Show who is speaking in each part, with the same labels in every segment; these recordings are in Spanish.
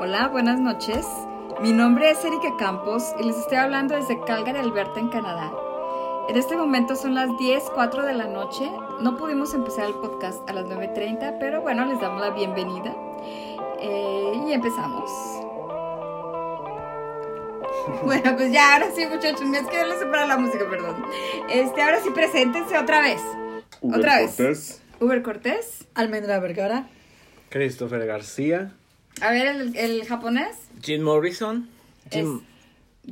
Speaker 1: Hola, buenas noches. Mi nombre es Erika Campos y les estoy hablando desde Calgary, Alberta, en Canadá. En este momento son las 10.04 de la noche. No pudimos empezar el podcast a las 9.30, pero bueno, les damos la bienvenida. Eh, y empezamos. Bueno, pues ya, ahora sí, muchachos, me es que les separado la música, perdón. Este, ahora sí, preséntense otra vez.
Speaker 2: Uber
Speaker 1: Otra vez.
Speaker 2: Cortés.
Speaker 1: Uber Cortés.
Speaker 3: Almendra Vergara.
Speaker 4: Christopher García.
Speaker 1: A ver, el, el japonés
Speaker 4: Jim Morrison.
Speaker 1: es
Speaker 4: Jim.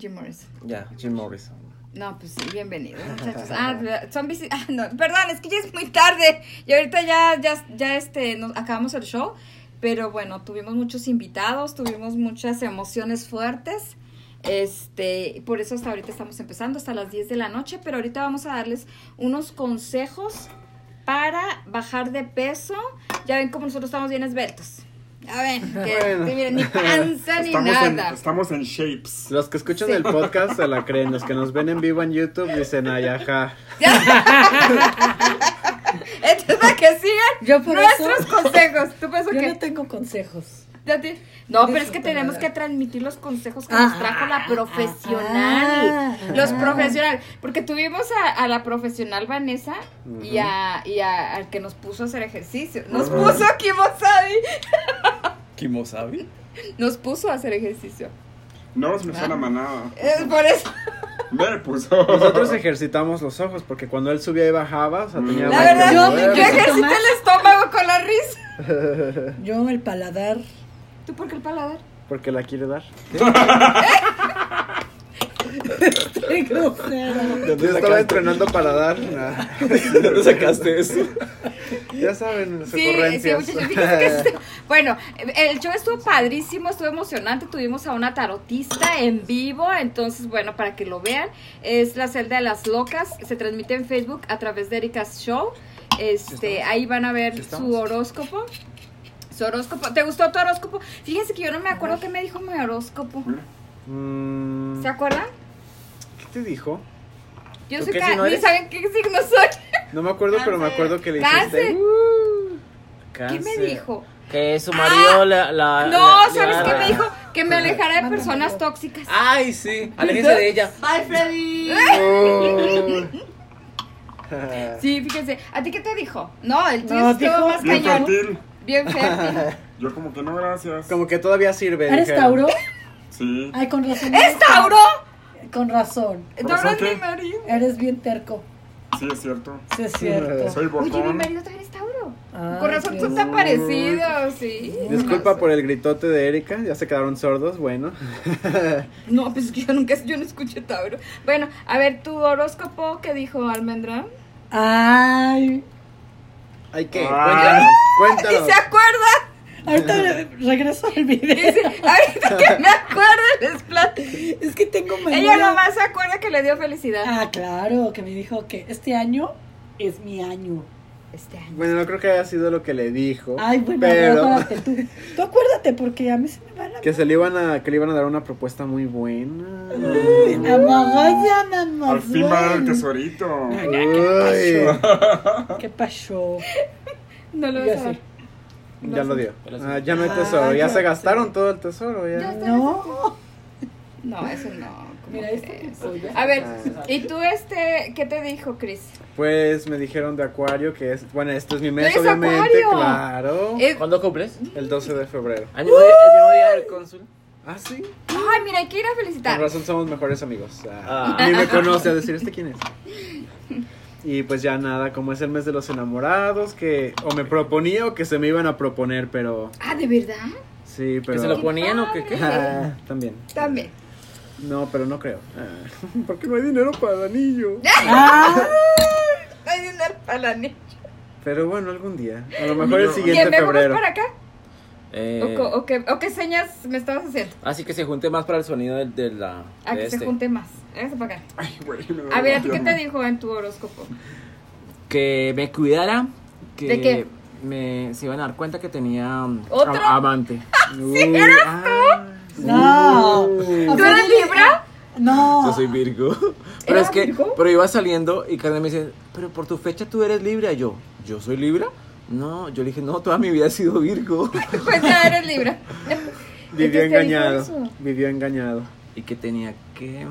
Speaker 1: Jim Morrison.
Speaker 4: Ya, Jim Morrison.
Speaker 1: No, pues sí, bienvenidos, muchachos. Ah, son visi- ah, no, perdón, es que ya es muy tarde. Y ahorita ya, ya, ya este, nos, acabamos el show. Pero bueno, tuvimos muchos invitados, tuvimos muchas emociones fuertes. Este, por eso hasta ahorita estamos empezando, hasta las 10 de la noche. Pero ahorita vamos a darles unos consejos para bajar de peso. Ya ven como nosotros estamos bien esbeltos. Ya ven, que
Speaker 4: Bueno.
Speaker 1: sí, miren, ni panza ni
Speaker 2: Estamos en,
Speaker 1: nada.
Speaker 2: estamos en shapes.
Speaker 4: Los que escuchan
Speaker 1: Sí.
Speaker 4: el podcast se la creen. Los que nos ven en vivo en YouTube dicen, ay, ajá.
Speaker 1: Entonces, para que sigan
Speaker 3: Yo por
Speaker 1: nuestros
Speaker 3: eso-
Speaker 1: consejos. ¿Tú piensas
Speaker 3: Yo
Speaker 1: que-
Speaker 3: no tengo consejos.
Speaker 1: Ya te- No, pero es que
Speaker 3: Disculpa,
Speaker 1: tenemos
Speaker 3: Nora.
Speaker 1: que transmitir los consejos que
Speaker 3: Ah,
Speaker 1: nos trajo la profesional.
Speaker 3: ah, ah.
Speaker 1: los profesionales. Porque tuvimos a, a la profesional Vanessa y, a, y a- al que nos puso a hacer ejercicio. Nos
Speaker 2: Ujú.
Speaker 1: puso Kimosabi.
Speaker 5: Kimosabi.
Speaker 1: Nos puso a hacer ejercicio.
Speaker 2: No nos menciona
Speaker 1: Ah.
Speaker 2: manada.
Speaker 1: Es por eso.
Speaker 2: Ver, pues.
Speaker 4: Nosotros ejercitamos los ojos porque cuando él subía y bajaba, o sea, tenía
Speaker 1: La
Speaker 2: La
Speaker 4: más que
Speaker 1: verdad,
Speaker 3: yo
Speaker 1: yo,
Speaker 3: me
Speaker 4: mover.
Speaker 3: quiero
Speaker 1: ejercité
Speaker 3: tomar.
Speaker 1: el estómago con la risa.
Speaker 3: Yo el paladar.
Speaker 1: ¿Tú por qué el paladar?
Speaker 4: Porque la quiere dar.
Speaker 3: Qué grosero.
Speaker 4: Yo estaba
Speaker 5: sacaste?
Speaker 4: entrenando para dar. nah.
Speaker 5: ¿De dónde sacaste eso?
Speaker 4: Ya saben, las
Speaker 1: Sí, sí,
Speaker 4: ocurrencias.
Speaker 1: muchachos, fíjense que este- bueno, el show estuvo padrísimo, estuvo emocionante, tuvimos a una tarotista en vivo, entonces, bueno, para que lo vean, es la celda de las locas, se transmite en Facebook a través de Erika's Show, este, ahí van a ver
Speaker 4: estamos.
Speaker 1: su horóscopo. Su horóscopo, ¿te gustó tu horóscopo? Fíjense que yo no me acuerdo qué me dijo mi horóscopo.
Speaker 4: Mm,
Speaker 1: ¿Se acuerdan?
Speaker 4: ¿Qué te dijo?
Speaker 1: Yo
Speaker 4: ¿Tú
Speaker 1: soy
Speaker 4: qué
Speaker 1: ca-
Speaker 4: signo
Speaker 1: ni
Speaker 4: eres?
Speaker 1: saben qué signo soy.
Speaker 4: No me acuerdo, pero me
Speaker 1: Cáncer.
Speaker 4: acuerdo que le
Speaker 1: Cáncer. ¿Qué
Speaker 4: dijiste.
Speaker 1: me dijo? Ah,
Speaker 5: Que su marido la,
Speaker 4: Ah,
Speaker 5: la-
Speaker 1: No,
Speaker 5: la-
Speaker 1: ¿sabes
Speaker 5: la-
Speaker 1: qué me dijo? Que
Speaker 4: Pues,
Speaker 1: me alejara de
Speaker 3: Mándamelo.
Speaker 1: personas tóxicas.
Speaker 5: Ay, sí. Aléjense de ella.
Speaker 3: Bye, Freddy.
Speaker 4: Ah.
Speaker 1: Sí, fíjense. ¿A ti qué te dijo? No, el tío
Speaker 3: No,
Speaker 1: estuvo
Speaker 3: dijo-
Speaker 1: más
Speaker 2: Bien
Speaker 1: cañón.
Speaker 2: fértil.
Speaker 1: Bien fértil.
Speaker 2: Yo como que no, gracias.
Speaker 4: Como que todavía sirve.
Speaker 3: ¿Eres
Speaker 4: dijeron.
Speaker 3: Tauro?
Speaker 2: Sí.
Speaker 3: Ay, con razón.
Speaker 1: ¿Es Tauro?
Speaker 3: Con razón.
Speaker 1: Tauro es
Speaker 2: qué?
Speaker 1: mi marido.
Speaker 3: Eres bien terco.
Speaker 2: Sí, es cierto.
Speaker 3: Sí, es cierto.
Speaker 2: Soy
Speaker 1: Oye, mi
Speaker 2: botón.
Speaker 1: marido también es Tauro.
Speaker 3: Ay,
Speaker 1: Con razón
Speaker 3: Dios.
Speaker 1: son tan parecidos, sí.
Speaker 4: Disculpa por el gritote de Erika, ya se quedaron sordos, bueno.
Speaker 1: No, pues es que yo nunca yo no escuché Tauro. Bueno, a ver, tu horóscopo, ¿qué dijo Almendra?
Speaker 3: Ay.
Speaker 4: Hay que,
Speaker 2: Ah.
Speaker 1: ¿Y
Speaker 4: cuéntanos,
Speaker 1: se acuerda?
Speaker 3: Ahorita re- regreso al
Speaker 1: Dice,
Speaker 3: video.
Speaker 1: ahorita que me acuerdo, les platico.
Speaker 3: Es que tengo memoria.
Speaker 1: Ella nomás se acuerda que le dio felicidad.
Speaker 3: Pues Ah, claro, que me dijo que este año es mi año.
Speaker 1: Este año.
Speaker 4: Bueno, no creo que haya sido lo que le dijo,
Speaker 3: Ay, bueno,
Speaker 4: pero
Speaker 3: acuérdate tú. Tú acuérdate porque a mí se me va la...
Speaker 4: que se le iban a que le iban a dar una propuesta muy buena.
Speaker 3: Amagoya,
Speaker 2: Al fin va a dar el
Speaker 3: mamazón.
Speaker 2: tesorito.
Speaker 4: Uy,
Speaker 3: ¿Qué pasó?
Speaker 1: No lo
Speaker 3: Ya
Speaker 1: vas a ver.
Speaker 3: sé.
Speaker 4: ya lo dio. Ah, ya no hay
Speaker 3: Ah,
Speaker 4: tesoro, ya
Speaker 3: ya
Speaker 4: se
Speaker 3: lo
Speaker 4: gastaron todo el tesoro ya.
Speaker 3: No.
Speaker 1: No, eso no. ¿cómo
Speaker 3: Mira, esto
Speaker 1: crees?
Speaker 3: que Ah. soy yo.
Speaker 1: A ver, ¿y tú este qué te dijo, Chris?
Speaker 4: Pues me dijeron de Acuario que es, bueno, esto es mi mes
Speaker 1: ¡Tú eres
Speaker 4: obviamente,
Speaker 1: Acuario!
Speaker 4: claro.
Speaker 1: Eh,
Speaker 5: ¿Cuándo cumples?
Speaker 4: El 12 de febrero.
Speaker 5: Año de, año de al cónsul.
Speaker 4: Ah, sí.
Speaker 1: ay, mira, hay que ir a
Speaker 4: Con
Speaker 1: felicitar.
Speaker 4: razón somos mejores amigos. Ah,
Speaker 5: Ah.
Speaker 4: Ni me conoce a decir, ¿este quién es? Y pues ya nada, como es el mes de los enamorados, que o me proponía o que se me iban a proponer, pero
Speaker 1: Ah, ¿de verdad?
Speaker 4: sí,
Speaker 5: ¿Que
Speaker 4: pero...
Speaker 5: se lo ponían o que qué?
Speaker 4: Ah, también.
Speaker 1: También.
Speaker 4: No, pero no creo. Ah, porque no hay dinero para el anillo.
Speaker 1: Ah,
Speaker 3: Ah,
Speaker 1: Ay, de una palaneta.
Speaker 4: Pero bueno, algún día. A lo mejor el
Speaker 2: No.
Speaker 1: ¿Que
Speaker 4: siguiente
Speaker 1: me voy
Speaker 4: febrero.
Speaker 1: para acá?
Speaker 5: Eh,
Speaker 1: ¿O, co- o, qué, o qué señas me estabas haciendo?
Speaker 5: así que se junte más para el sonido del- de, la.
Speaker 1: A
Speaker 5: de
Speaker 1: que se
Speaker 5: este.
Speaker 1: junte más. Véngase para acá.
Speaker 2: Ay, güey, me duele
Speaker 1: A ver,
Speaker 2: la
Speaker 1: ¿a ti qué te
Speaker 2: pierna.
Speaker 1: dijo en tu horóscopo?
Speaker 5: Que me cuidara. Que
Speaker 1: ¿De qué?
Speaker 5: Me, se iban a dar cuenta que tenía um,
Speaker 1: ¿Otro?
Speaker 5: am- amante.
Speaker 4: Uy, ah,
Speaker 3: No.
Speaker 4: Uh.
Speaker 3: O
Speaker 1: ¿Tú
Speaker 3: sea,
Speaker 1: eres Libra?
Speaker 3: No.
Speaker 5: Yo soy Virgo. Pero es que,
Speaker 1: Virgo?
Speaker 5: pero iba saliendo y Carmen me dice, pero por tu fecha tú eres Libra. Y yo, ¿yo soy Libra? No, yo le dije, no, toda mi vida he sido Virgo.
Speaker 1: Pues ya eres Libra.
Speaker 4: Vivió
Speaker 1: Entonces, ¿te dijo
Speaker 4: engañado.
Speaker 1: eso?
Speaker 4: Vivió engañado.
Speaker 5: Y que tenía que.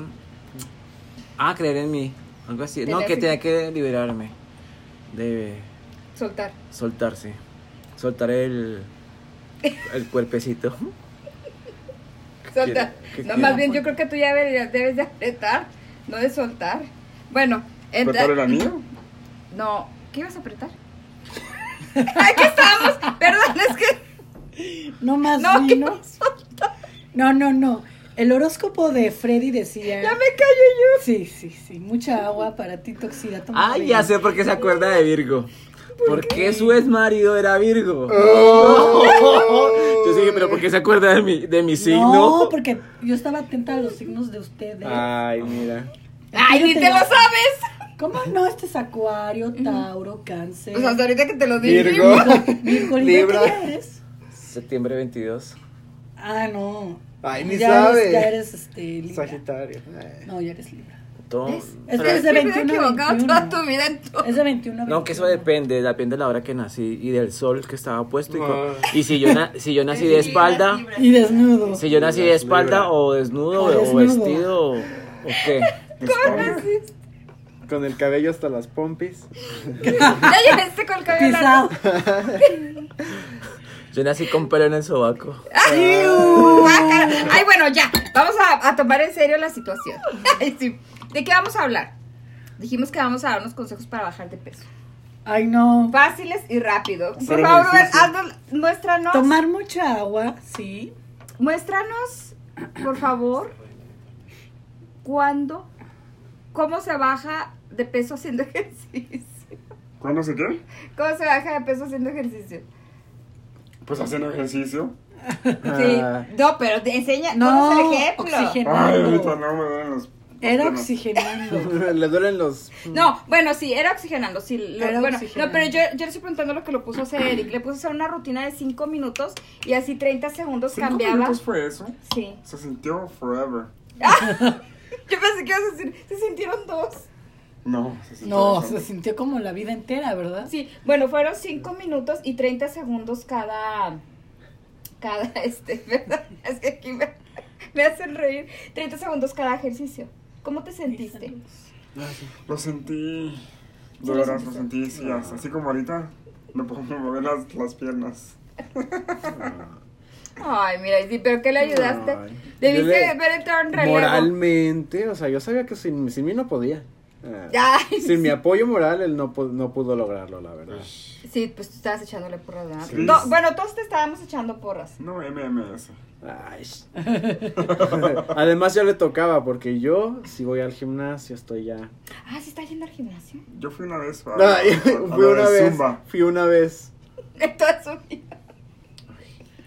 Speaker 5: Ah, creer en mí. Algo así.
Speaker 1: De
Speaker 5: No,
Speaker 1: la
Speaker 5: que
Speaker 1: psic-
Speaker 5: tenía que liberarme. De
Speaker 1: Soltar.
Speaker 5: soltarse. Soltar el. El cuerpecito.
Speaker 1: Soltar.
Speaker 5: ¿Qué
Speaker 1: No,
Speaker 5: quiere?
Speaker 1: más bien yo creo que tú ya deberías- debes de apretar, no de soltar. Bueno, ent-
Speaker 2: ¿Apretar el anillo?
Speaker 1: No, ¿qué ibas a apretar? Aquí estamos. Perdón, es que
Speaker 3: No más
Speaker 1: no, ¿qué
Speaker 3: vino.
Speaker 1: pasó?
Speaker 3: No, no, no. El horóscopo de Freddy decía.
Speaker 1: Ya me callo
Speaker 3: Sí, sí, sí. Mucha agua para ti toxida. toma
Speaker 5: Ah,
Speaker 3: Freddy.
Speaker 5: ya sé por qué se acuerda de Virgo. Porque su ex marido era Virgo. Yo sí dije, pero ¿por qué se acuerda de mi, de mi signo?
Speaker 3: Oh. No, porque yo estaba atenta a los signos de ustedes.
Speaker 5: Ah.
Speaker 4: Ay, mira.
Speaker 1: yo. Ay, ni te lo sabes.
Speaker 3: ¿Cómo no? Este es Acuario, Tauro, Cáncer.
Speaker 1: O sea, hasta ahorita que te lo dije.
Speaker 4: Virgo.
Speaker 3: Virgo,
Speaker 4: Libra.
Speaker 3: Libra. ¿qué día eres?
Speaker 5: Septiembre 22.
Speaker 3: Ah, no.
Speaker 4: Ay, ni
Speaker 3: ya
Speaker 4: sabe.
Speaker 3: Eres, ya eres este, Libra.
Speaker 4: Sagitario. Eh.
Speaker 3: No, ya eres Libra.
Speaker 5: Todo-
Speaker 3: Es
Speaker 5: pero-
Speaker 3: que es de
Speaker 1: Me hubiera
Speaker 3: 21
Speaker 1: equivocado toda
Speaker 3: 21.
Speaker 1: tu vida en todo.
Speaker 3: Es de 21 a 21.
Speaker 5: No, que eso depende, depende de la hora que nací y del sol que estaba puesto. Y, co-
Speaker 4: Ah.
Speaker 5: y si, yo na- si yo nací de espalda,
Speaker 3: Y desnudo.
Speaker 5: si yo nací de espalda o desnudo
Speaker 3: O
Speaker 5: o,
Speaker 3: desnudo.
Speaker 5: vestido o, o qué.
Speaker 4: Con el cabello hasta las pompis.
Speaker 1: Ya llegaste con el cabello largo.
Speaker 3: Pisado.
Speaker 5: Yo nací con pelo en el sobaco.
Speaker 1: Guácala. Ay, bueno, ya. Vamos a, a tomar en serio la situación. Ay, sí. ¿De qué vamos a hablar? Dijimos que vamos a dar unos consejos para bajar de peso.
Speaker 3: Ay, no.
Speaker 1: Fáciles y rápido. Por
Speaker 2: Pero
Speaker 1: favor, Rubén,
Speaker 2: ejercicio.
Speaker 1: haznos- muéstranos.
Speaker 3: Tomar mucha agua, sí.
Speaker 1: Muéstranos, por favor, cuándo, cómo se baja de peso haciendo ejercicio.
Speaker 2: ¿Cuándo se qué?
Speaker 1: ¿Cómo se baja de peso haciendo ejercicio?
Speaker 2: Pues haciendo ejercicio.
Speaker 4: Ah.
Speaker 1: Sí. No, pero te enseña, no,
Speaker 3: No,
Speaker 1: el ejemplo.
Speaker 3: oxigen-
Speaker 2: Ay, ahorita no me duelen los.
Speaker 3: Era
Speaker 2: piernas.
Speaker 3: oxigenando.
Speaker 4: Le duelen los.
Speaker 1: No, bueno, sí, era oxigenando, sí. lo-
Speaker 3: Era
Speaker 1: bueno,
Speaker 3: oxigenando.
Speaker 1: No, pero yo, yo le estoy preguntando lo que lo puso a hacer Eric. Le puso a hacer una rutina de 5 minutos y así 30 segundos
Speaker 2: ¿Cinco
Speaker 1: cambiaba.
Speaker 2: minutos fue eso?
Speaker 1: Sí.
Speaker 2: Se sintió forever.
Speaker 1: Yo pensé que ibas a decir, se sintieron dos.
Speaker 2: No, se sintió.
Speaker 3: No, se
Speaker 2: bastante.
Speaker 3: sintió como la vida entera, ¿verdad?
Speaker 1: Sí, bueno, fueron 5 minutos y 30 segundos cada. Cada este, ¿verdad? Es que aquí me, me hacen reír. 30 segundos cada ejercicio. ¿Cómo te sentiste?
Speaker 2: Lo sentí. De verdad, lo sentí. Sí,
Speaker 4: Ah.
Speaker 2: hasta así como ahorita. No puedo mover las, las piernas.
Speaker 1: Ay, mira, y sí, pero ¿qué le ayudaste?
Speaker 4: Ay. Yo
Speaker 1: Debiste
Speaker 4: le-
Speaker 1: haber entrado en relevo.
Speaker 4: Moralmente, o sea, yo sabía que sin, sin mí no podía. Ah.
Speaker 1: Ay,
Speaker 4: Sin mi apoyo moral, él no, pu- no pudo lograrlo, la verdad.
Speaker 1: Sí, pues tú estabas echándole porras, ¿verdad?
Speaker 2: Sí.
Speaker 1: No, bueno, todos te estábamos echando porras.
Speaker 2: No, MMS.
Speaker 4: Ay. Además, ya le tocaba, porque yo, si voy al gimnasio, estoy ya.
Speaker 1: Ah, sí está yendo al gimnasio.
Speaker 2: Yo fui una vez a,
Speaker 4: Ay,
Speaker 2: a- a
Speaker 4: fui
Speaker 2: la
Speaker 4: una
Speaker 2: de
Speaker 4: vez.
Speaker 2: Zumba.
Speaker 4: Fui una vez.
Speaker 1: En toda su vida.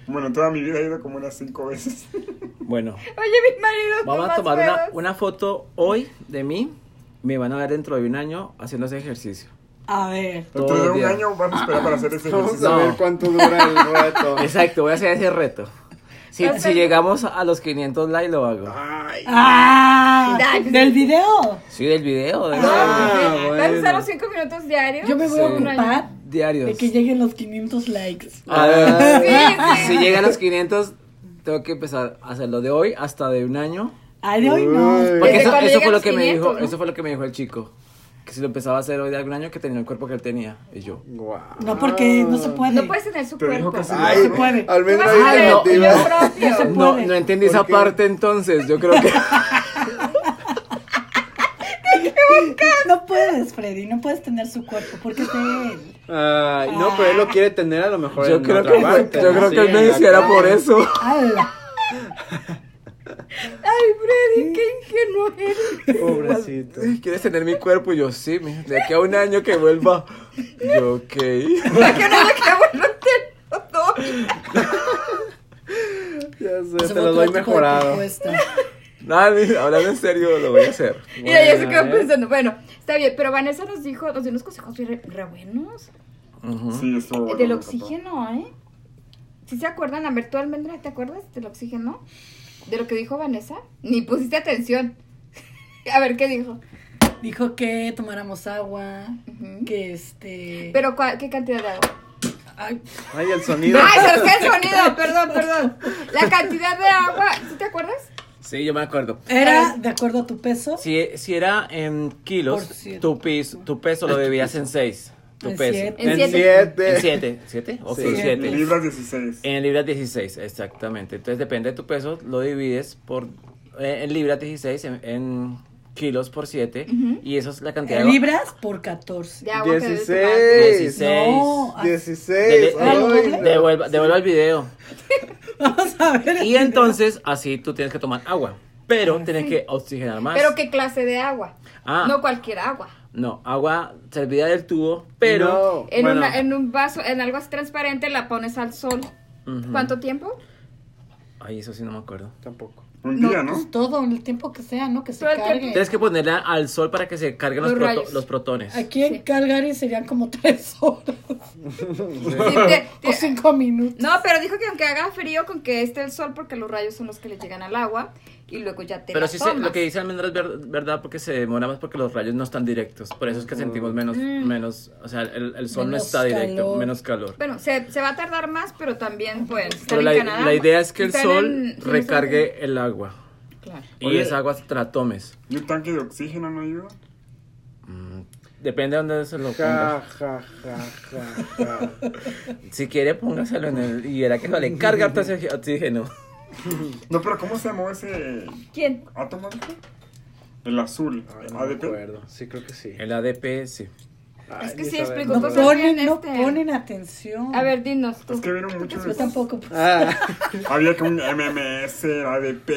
Speaker 2: Bueno, toda mi vida he ido como unas cinco veces.
Speaker 5: Bueno,
Speaker 1: Oye, mi marido.
Speaker 5: vamos a
Speaker 1: más
Speaker 5: tomar una,
Speaker 1: juegos.
Speaker 5: una foto hoy de mí. Me van a ver dentro de un año haciendo ese ejercicio.
Speaker 3: A ver.
Speaker 5: Todos
Speaker 2: Dentro de un
Speaker 5: días.
Speaker 2: año van a esperar para hacer ese
Speaker 4: Vamos
Speaker 2: ejercicio.
Speaker 4: a ver cuánto dura el reto.
Speaker 5: Exacto, voy a hacer ese reto. Si,
Speaker 1: Perfecto.
Speaker 5: si llegamos a los 500 likes, lo hago.
Speaker 4: Ay.
Speaker 3: ¡Ah!
Speaker 1: Ay, sí.
Speaker 3: ¿Del video?
Speaker 5: Sí, del video. del-
Speaker 4: Ah,
Speaker 1: Ah, sí. Vas a
Speaker 4: bueno.
Speaker 1: usar los 5 minutos diarios.
Speaker 3: Yo me voy a
Speaker 5: Sí.
Speaker 3: ocupar
Speaker 5: Diarios.
Speaker 3: de que lleguen los 500 likes.
Speaker 5: A ver,
Speaker 1: Ah, Sí, sí.
Speaker 5: si llega a los 500, tengo que empezar a hacerlo de hoy hasta de un año.
Speaker 3: Ay, de hoy no.
Speaker 5: Porque
Speaker 1: Desde
Speaker 5: eso,
Speaker 1: cuando
Speaker 5: eso
Speaker 1: llegue a
Speaker 5: fue lo
Speaker 1: los
Speaker 5: que me
Speaker 1: 500,
Speaker 5: dijo,
Speaker 1: ¿no?
Speaker 5: eso fue lo que me dijo el chico. Que si lo empezaba a hacer hoy de algún año, que tenía el cuerpo que él tenía. Y yo.
Speaker 4: Guau.
Speaker 3: No, porque Ah. no se puede.
Speaker 1: No puedes tener su
Speaker 2: Te dijo
Speaker 1: cuerpo.
Speaker 2: que sí.
Speaker 4: Ay,
Speaker 3: No se puede.
Speaker 4: Al
Speaker 1: Tú
Speaker 4: menos
Speaker 1: vas
Speaker 4: hay
Speaker 1: a ver
Speaker 5: no,
Speaker 1: tuyo
Speaker 5: yo-
Speaker 4: alternativa.
Speaker 1: propio.
Speaker 5: No,
Speaker 3: puede.
Speaker 5: no entendí
Speaker 4: ¿Por
Speaker 5: esa
Speaker 4: qué?
Speaker 5: parte entonces. Yo creo que.
Speaker 3: No puedes, Freddy. No puedes tener su cuerpo porque es de él.
Speaker 4: Ay, no, pero él lo quiere tener a lo mejor
Speaker 5: Yo
Speaker 4: en
Speaker 5: creo
Speaker 4: otra
Speaker 5: que,
Speaker 4: parte,
Speaker 5: yo
Speaker 4: ¿no?
Speaker 5: creo
Speaker 4: Sí,
Speaker 5: que él
Speaker 4: en
Speaker 5: me
Speaker 4: la
Speaker 5: hiciera
Speaker 4: calle.
Speaker 5: por eso.
Speaker 3: ¡Hala!
Speaker 1: Ay, Freddy, qué ingenuo eres.
Speaker 4: Pobrecito.
Speaker 5: Ay, ¿Quieres tener mi cuerpo? Y yo, sí, mija, de aquí a un año que vuelva. Yo, ok.
Speaker 1: Que no le queda bueno tener todo.
Speaker 4: Ya
Speaker 3: Ese
Speaker 4: sé, te
Speaker 3: fue
Speaker 4: lo
Speaker 3: otro
Speaker 4: doy
Speaker 3: tipo de
Speaker 4: mejorado.
Speaker 3: propuesta.
Speaker 5: Nada, mija, hablando en serio, lo voy a hacer.
Speaker 1: Y ella se quedó
Speaker 4: Bueno, ¿eh?
Speaker 1: pensando. Bueno, está bien, pero Vanessa nos dijo, nos dio unos consejos re, re buenos.
Speaker 5: Ujú.
Speaker 2: Sí, estuvo bueno,
Speaker 1: Del
Speaker 2: me encantó.
Speaker 1: oxígeno, ¿eh? ¿Sí se acuerdan? A ver, tú, Almendra, ¿te acuerdas del oxígeno? ¿De lo que dijo Vanessa? Ni pusiste atención. A ver, ¿qué dijo?
Speaker 3: Dijo que tomáramos agua,
Speaker 1: Ujú.
Speaker 3: que este...
Speaker 1: ¿Pero cua- qué cantidad de agua?
Speaker 3: Ay,
Speaker 4: Ay, el sonido.
Speaker 1: ¡Ay, se nos cae el sonido! Perdón, perdón. La cantidad de agua, ¿sí te acuerdas?
Speaker 5: Sí, yo me acuerdo.
Speaker 3: Era de acuerdo a tu peso.
Speaker 5: Si, si era en
Speaker 3: Por
Speaker 5: kilos,
Speaker 3: ciento.
Speaker 5: tu, pis- tu peso lo debías en 6. Tu
Speaker 3: En
Speaker 5: peso.
Speaker 3: siete.
Speaker 1: En
Speaker 4: En
Speaker 1: siete.
Speaker 5: En
Speaker 4: siete.
Speaker 5: 7. ¿7? Ok,
Speaker 4: Sí.
Speaker 5: siete. Eh,
Speaker 2: Libras 16.
Speaker 5: En libras 16, exactamente. Entonces depende de tu peso, lo divides por eh, en libras 16, en, en kilos por 7. Y eso es la cantidad de
Speaker 3: Libras por 14.
Speaker 1: De agua que debes tomar.
Speaker 4: 16.
Speaker 5: 16.
Speaker 3: No, ah,
Speaker 4: 16.
Speaker 5: Dele-
Speaker 3: Ah, ¿lo
Speaker 4: ay,
Speaker 3: doble?
Speaker 4: no.
Speaker 5: Devuelva, devuelva el video.
Speaker 3: vamos a ver.
Speaker 5: Y entonces así tú tienes que tomar agua.
Speaker 3: Ah,
Speaker 5: Pero tienes que oxigenar más.
Speaker 1: Pero qué clase de agua.
Speaker 5: Ah.
Speaker 1: No cualquier agua.
Speaker 5: No, agua servida del tubo, pero...
Speaker 4: No.
Speaker 1: En,
Speaker 5: Bueno,
Speaker 1: una- en un vaso, en algo así transparente, la pones al sol.
Speaker 5: Ujú.
Speaker 1: ¿Cuánto tiempo?
Speaker 5: Ay, eso sí no me acuerdo.
Speaker 4: Tampoco.
Speaker 2: Un día, ¿no?
Speaker 3: pues todo, el tiempo que sea, ¿no? Que se
Speaker 1: Todo el
Speaker 3: cargue.
Speaker 1: tiempo.
Speaker 5: Tienes que ponerla al sol para que se carguen los,
Speaker 1: Los
Speaker 5: proto-
Speaker 1: rayos.
Speaker 5: los protones.
Speaker 3: Aquí en Calgary serían como tres horas
Speaker 1: Sí, te- te-
Speaker 3: o cinco minutos.
Speaker 1: no, pero dijo que aunque haga frío, con que esté el sol, porque los rayos son los que le llegan al agua y luego ya te
Speaker 5: Pero
Speaker 1: la
Speaker 5: sí, se-
Speaker 1: tomas.
Speaker 5: lo que dice Almendra es ver- verdad porque se demora más porque los rayos no están directos. Por eso es que sentimos menos, menos, o sea, el, el sol
Speaker 3: Menos
Speaker 5: no está directo,
Speaker 3: calor.
Speaker 5: menos calor.
Speaker 1: Bueno, se, se va a tardar más, pero también, pues, estar
Speaker 5: Pero la,
Speaker 1: en Canadá.
Speaker 5: la idea es que el
Speaker 1: estar
Speaker 5: sol
Speaker 1: en- sí, no
Speaker 5: recargue el agua
Speaker 1: sé. Claro.
Speaker 5: y
Speaker 2: Oye.
Speaker 5: esa agua te la tomes.
Speaker 2: ¿Y un tanque de oxígeno no ayuda?
Speaker 5: Mm, Depende de dónde se lo
Speaker 4: Ja,
Speaker 5: pongas.
Speaker 4: ja, ja, ja, ja.
Speaker 5: Si quiere, póngaselo en el. Y era que no le carga harto ese oxígeno.
Speaker 2: No, pero ¿cómo se llamó ese
Speaker 1: ¿Quién?
Speaker 2: átomo? dijo? El azul. Ah,
Speaker 4: Ay, no me
Speaker 2: ADP.
Speaker 4: acuerdo. Sí, creo que sí.
Speaker 5: El ADP, sí.
Speaker 4: Ay,
Speaker 1: Es que
Speaker 4: ni
Speaker 1: sí,
Speaker 4: sabe
Speaker 1: explico
Speaker 3: No
Speaker 4: nada.
Speaker 1: cosas.
Speaker 3: ponen, no
Speaker 1: pues, Este-
Speaker 3: ponen atención.
Speaker 1: A ver, dinos tú.
Speaker 2: Es que vieron mucho.
Speaker 3: Yo tampoco. pues.
Speaker 4: Ah,
Speaker 2: Había que un MMS, ADP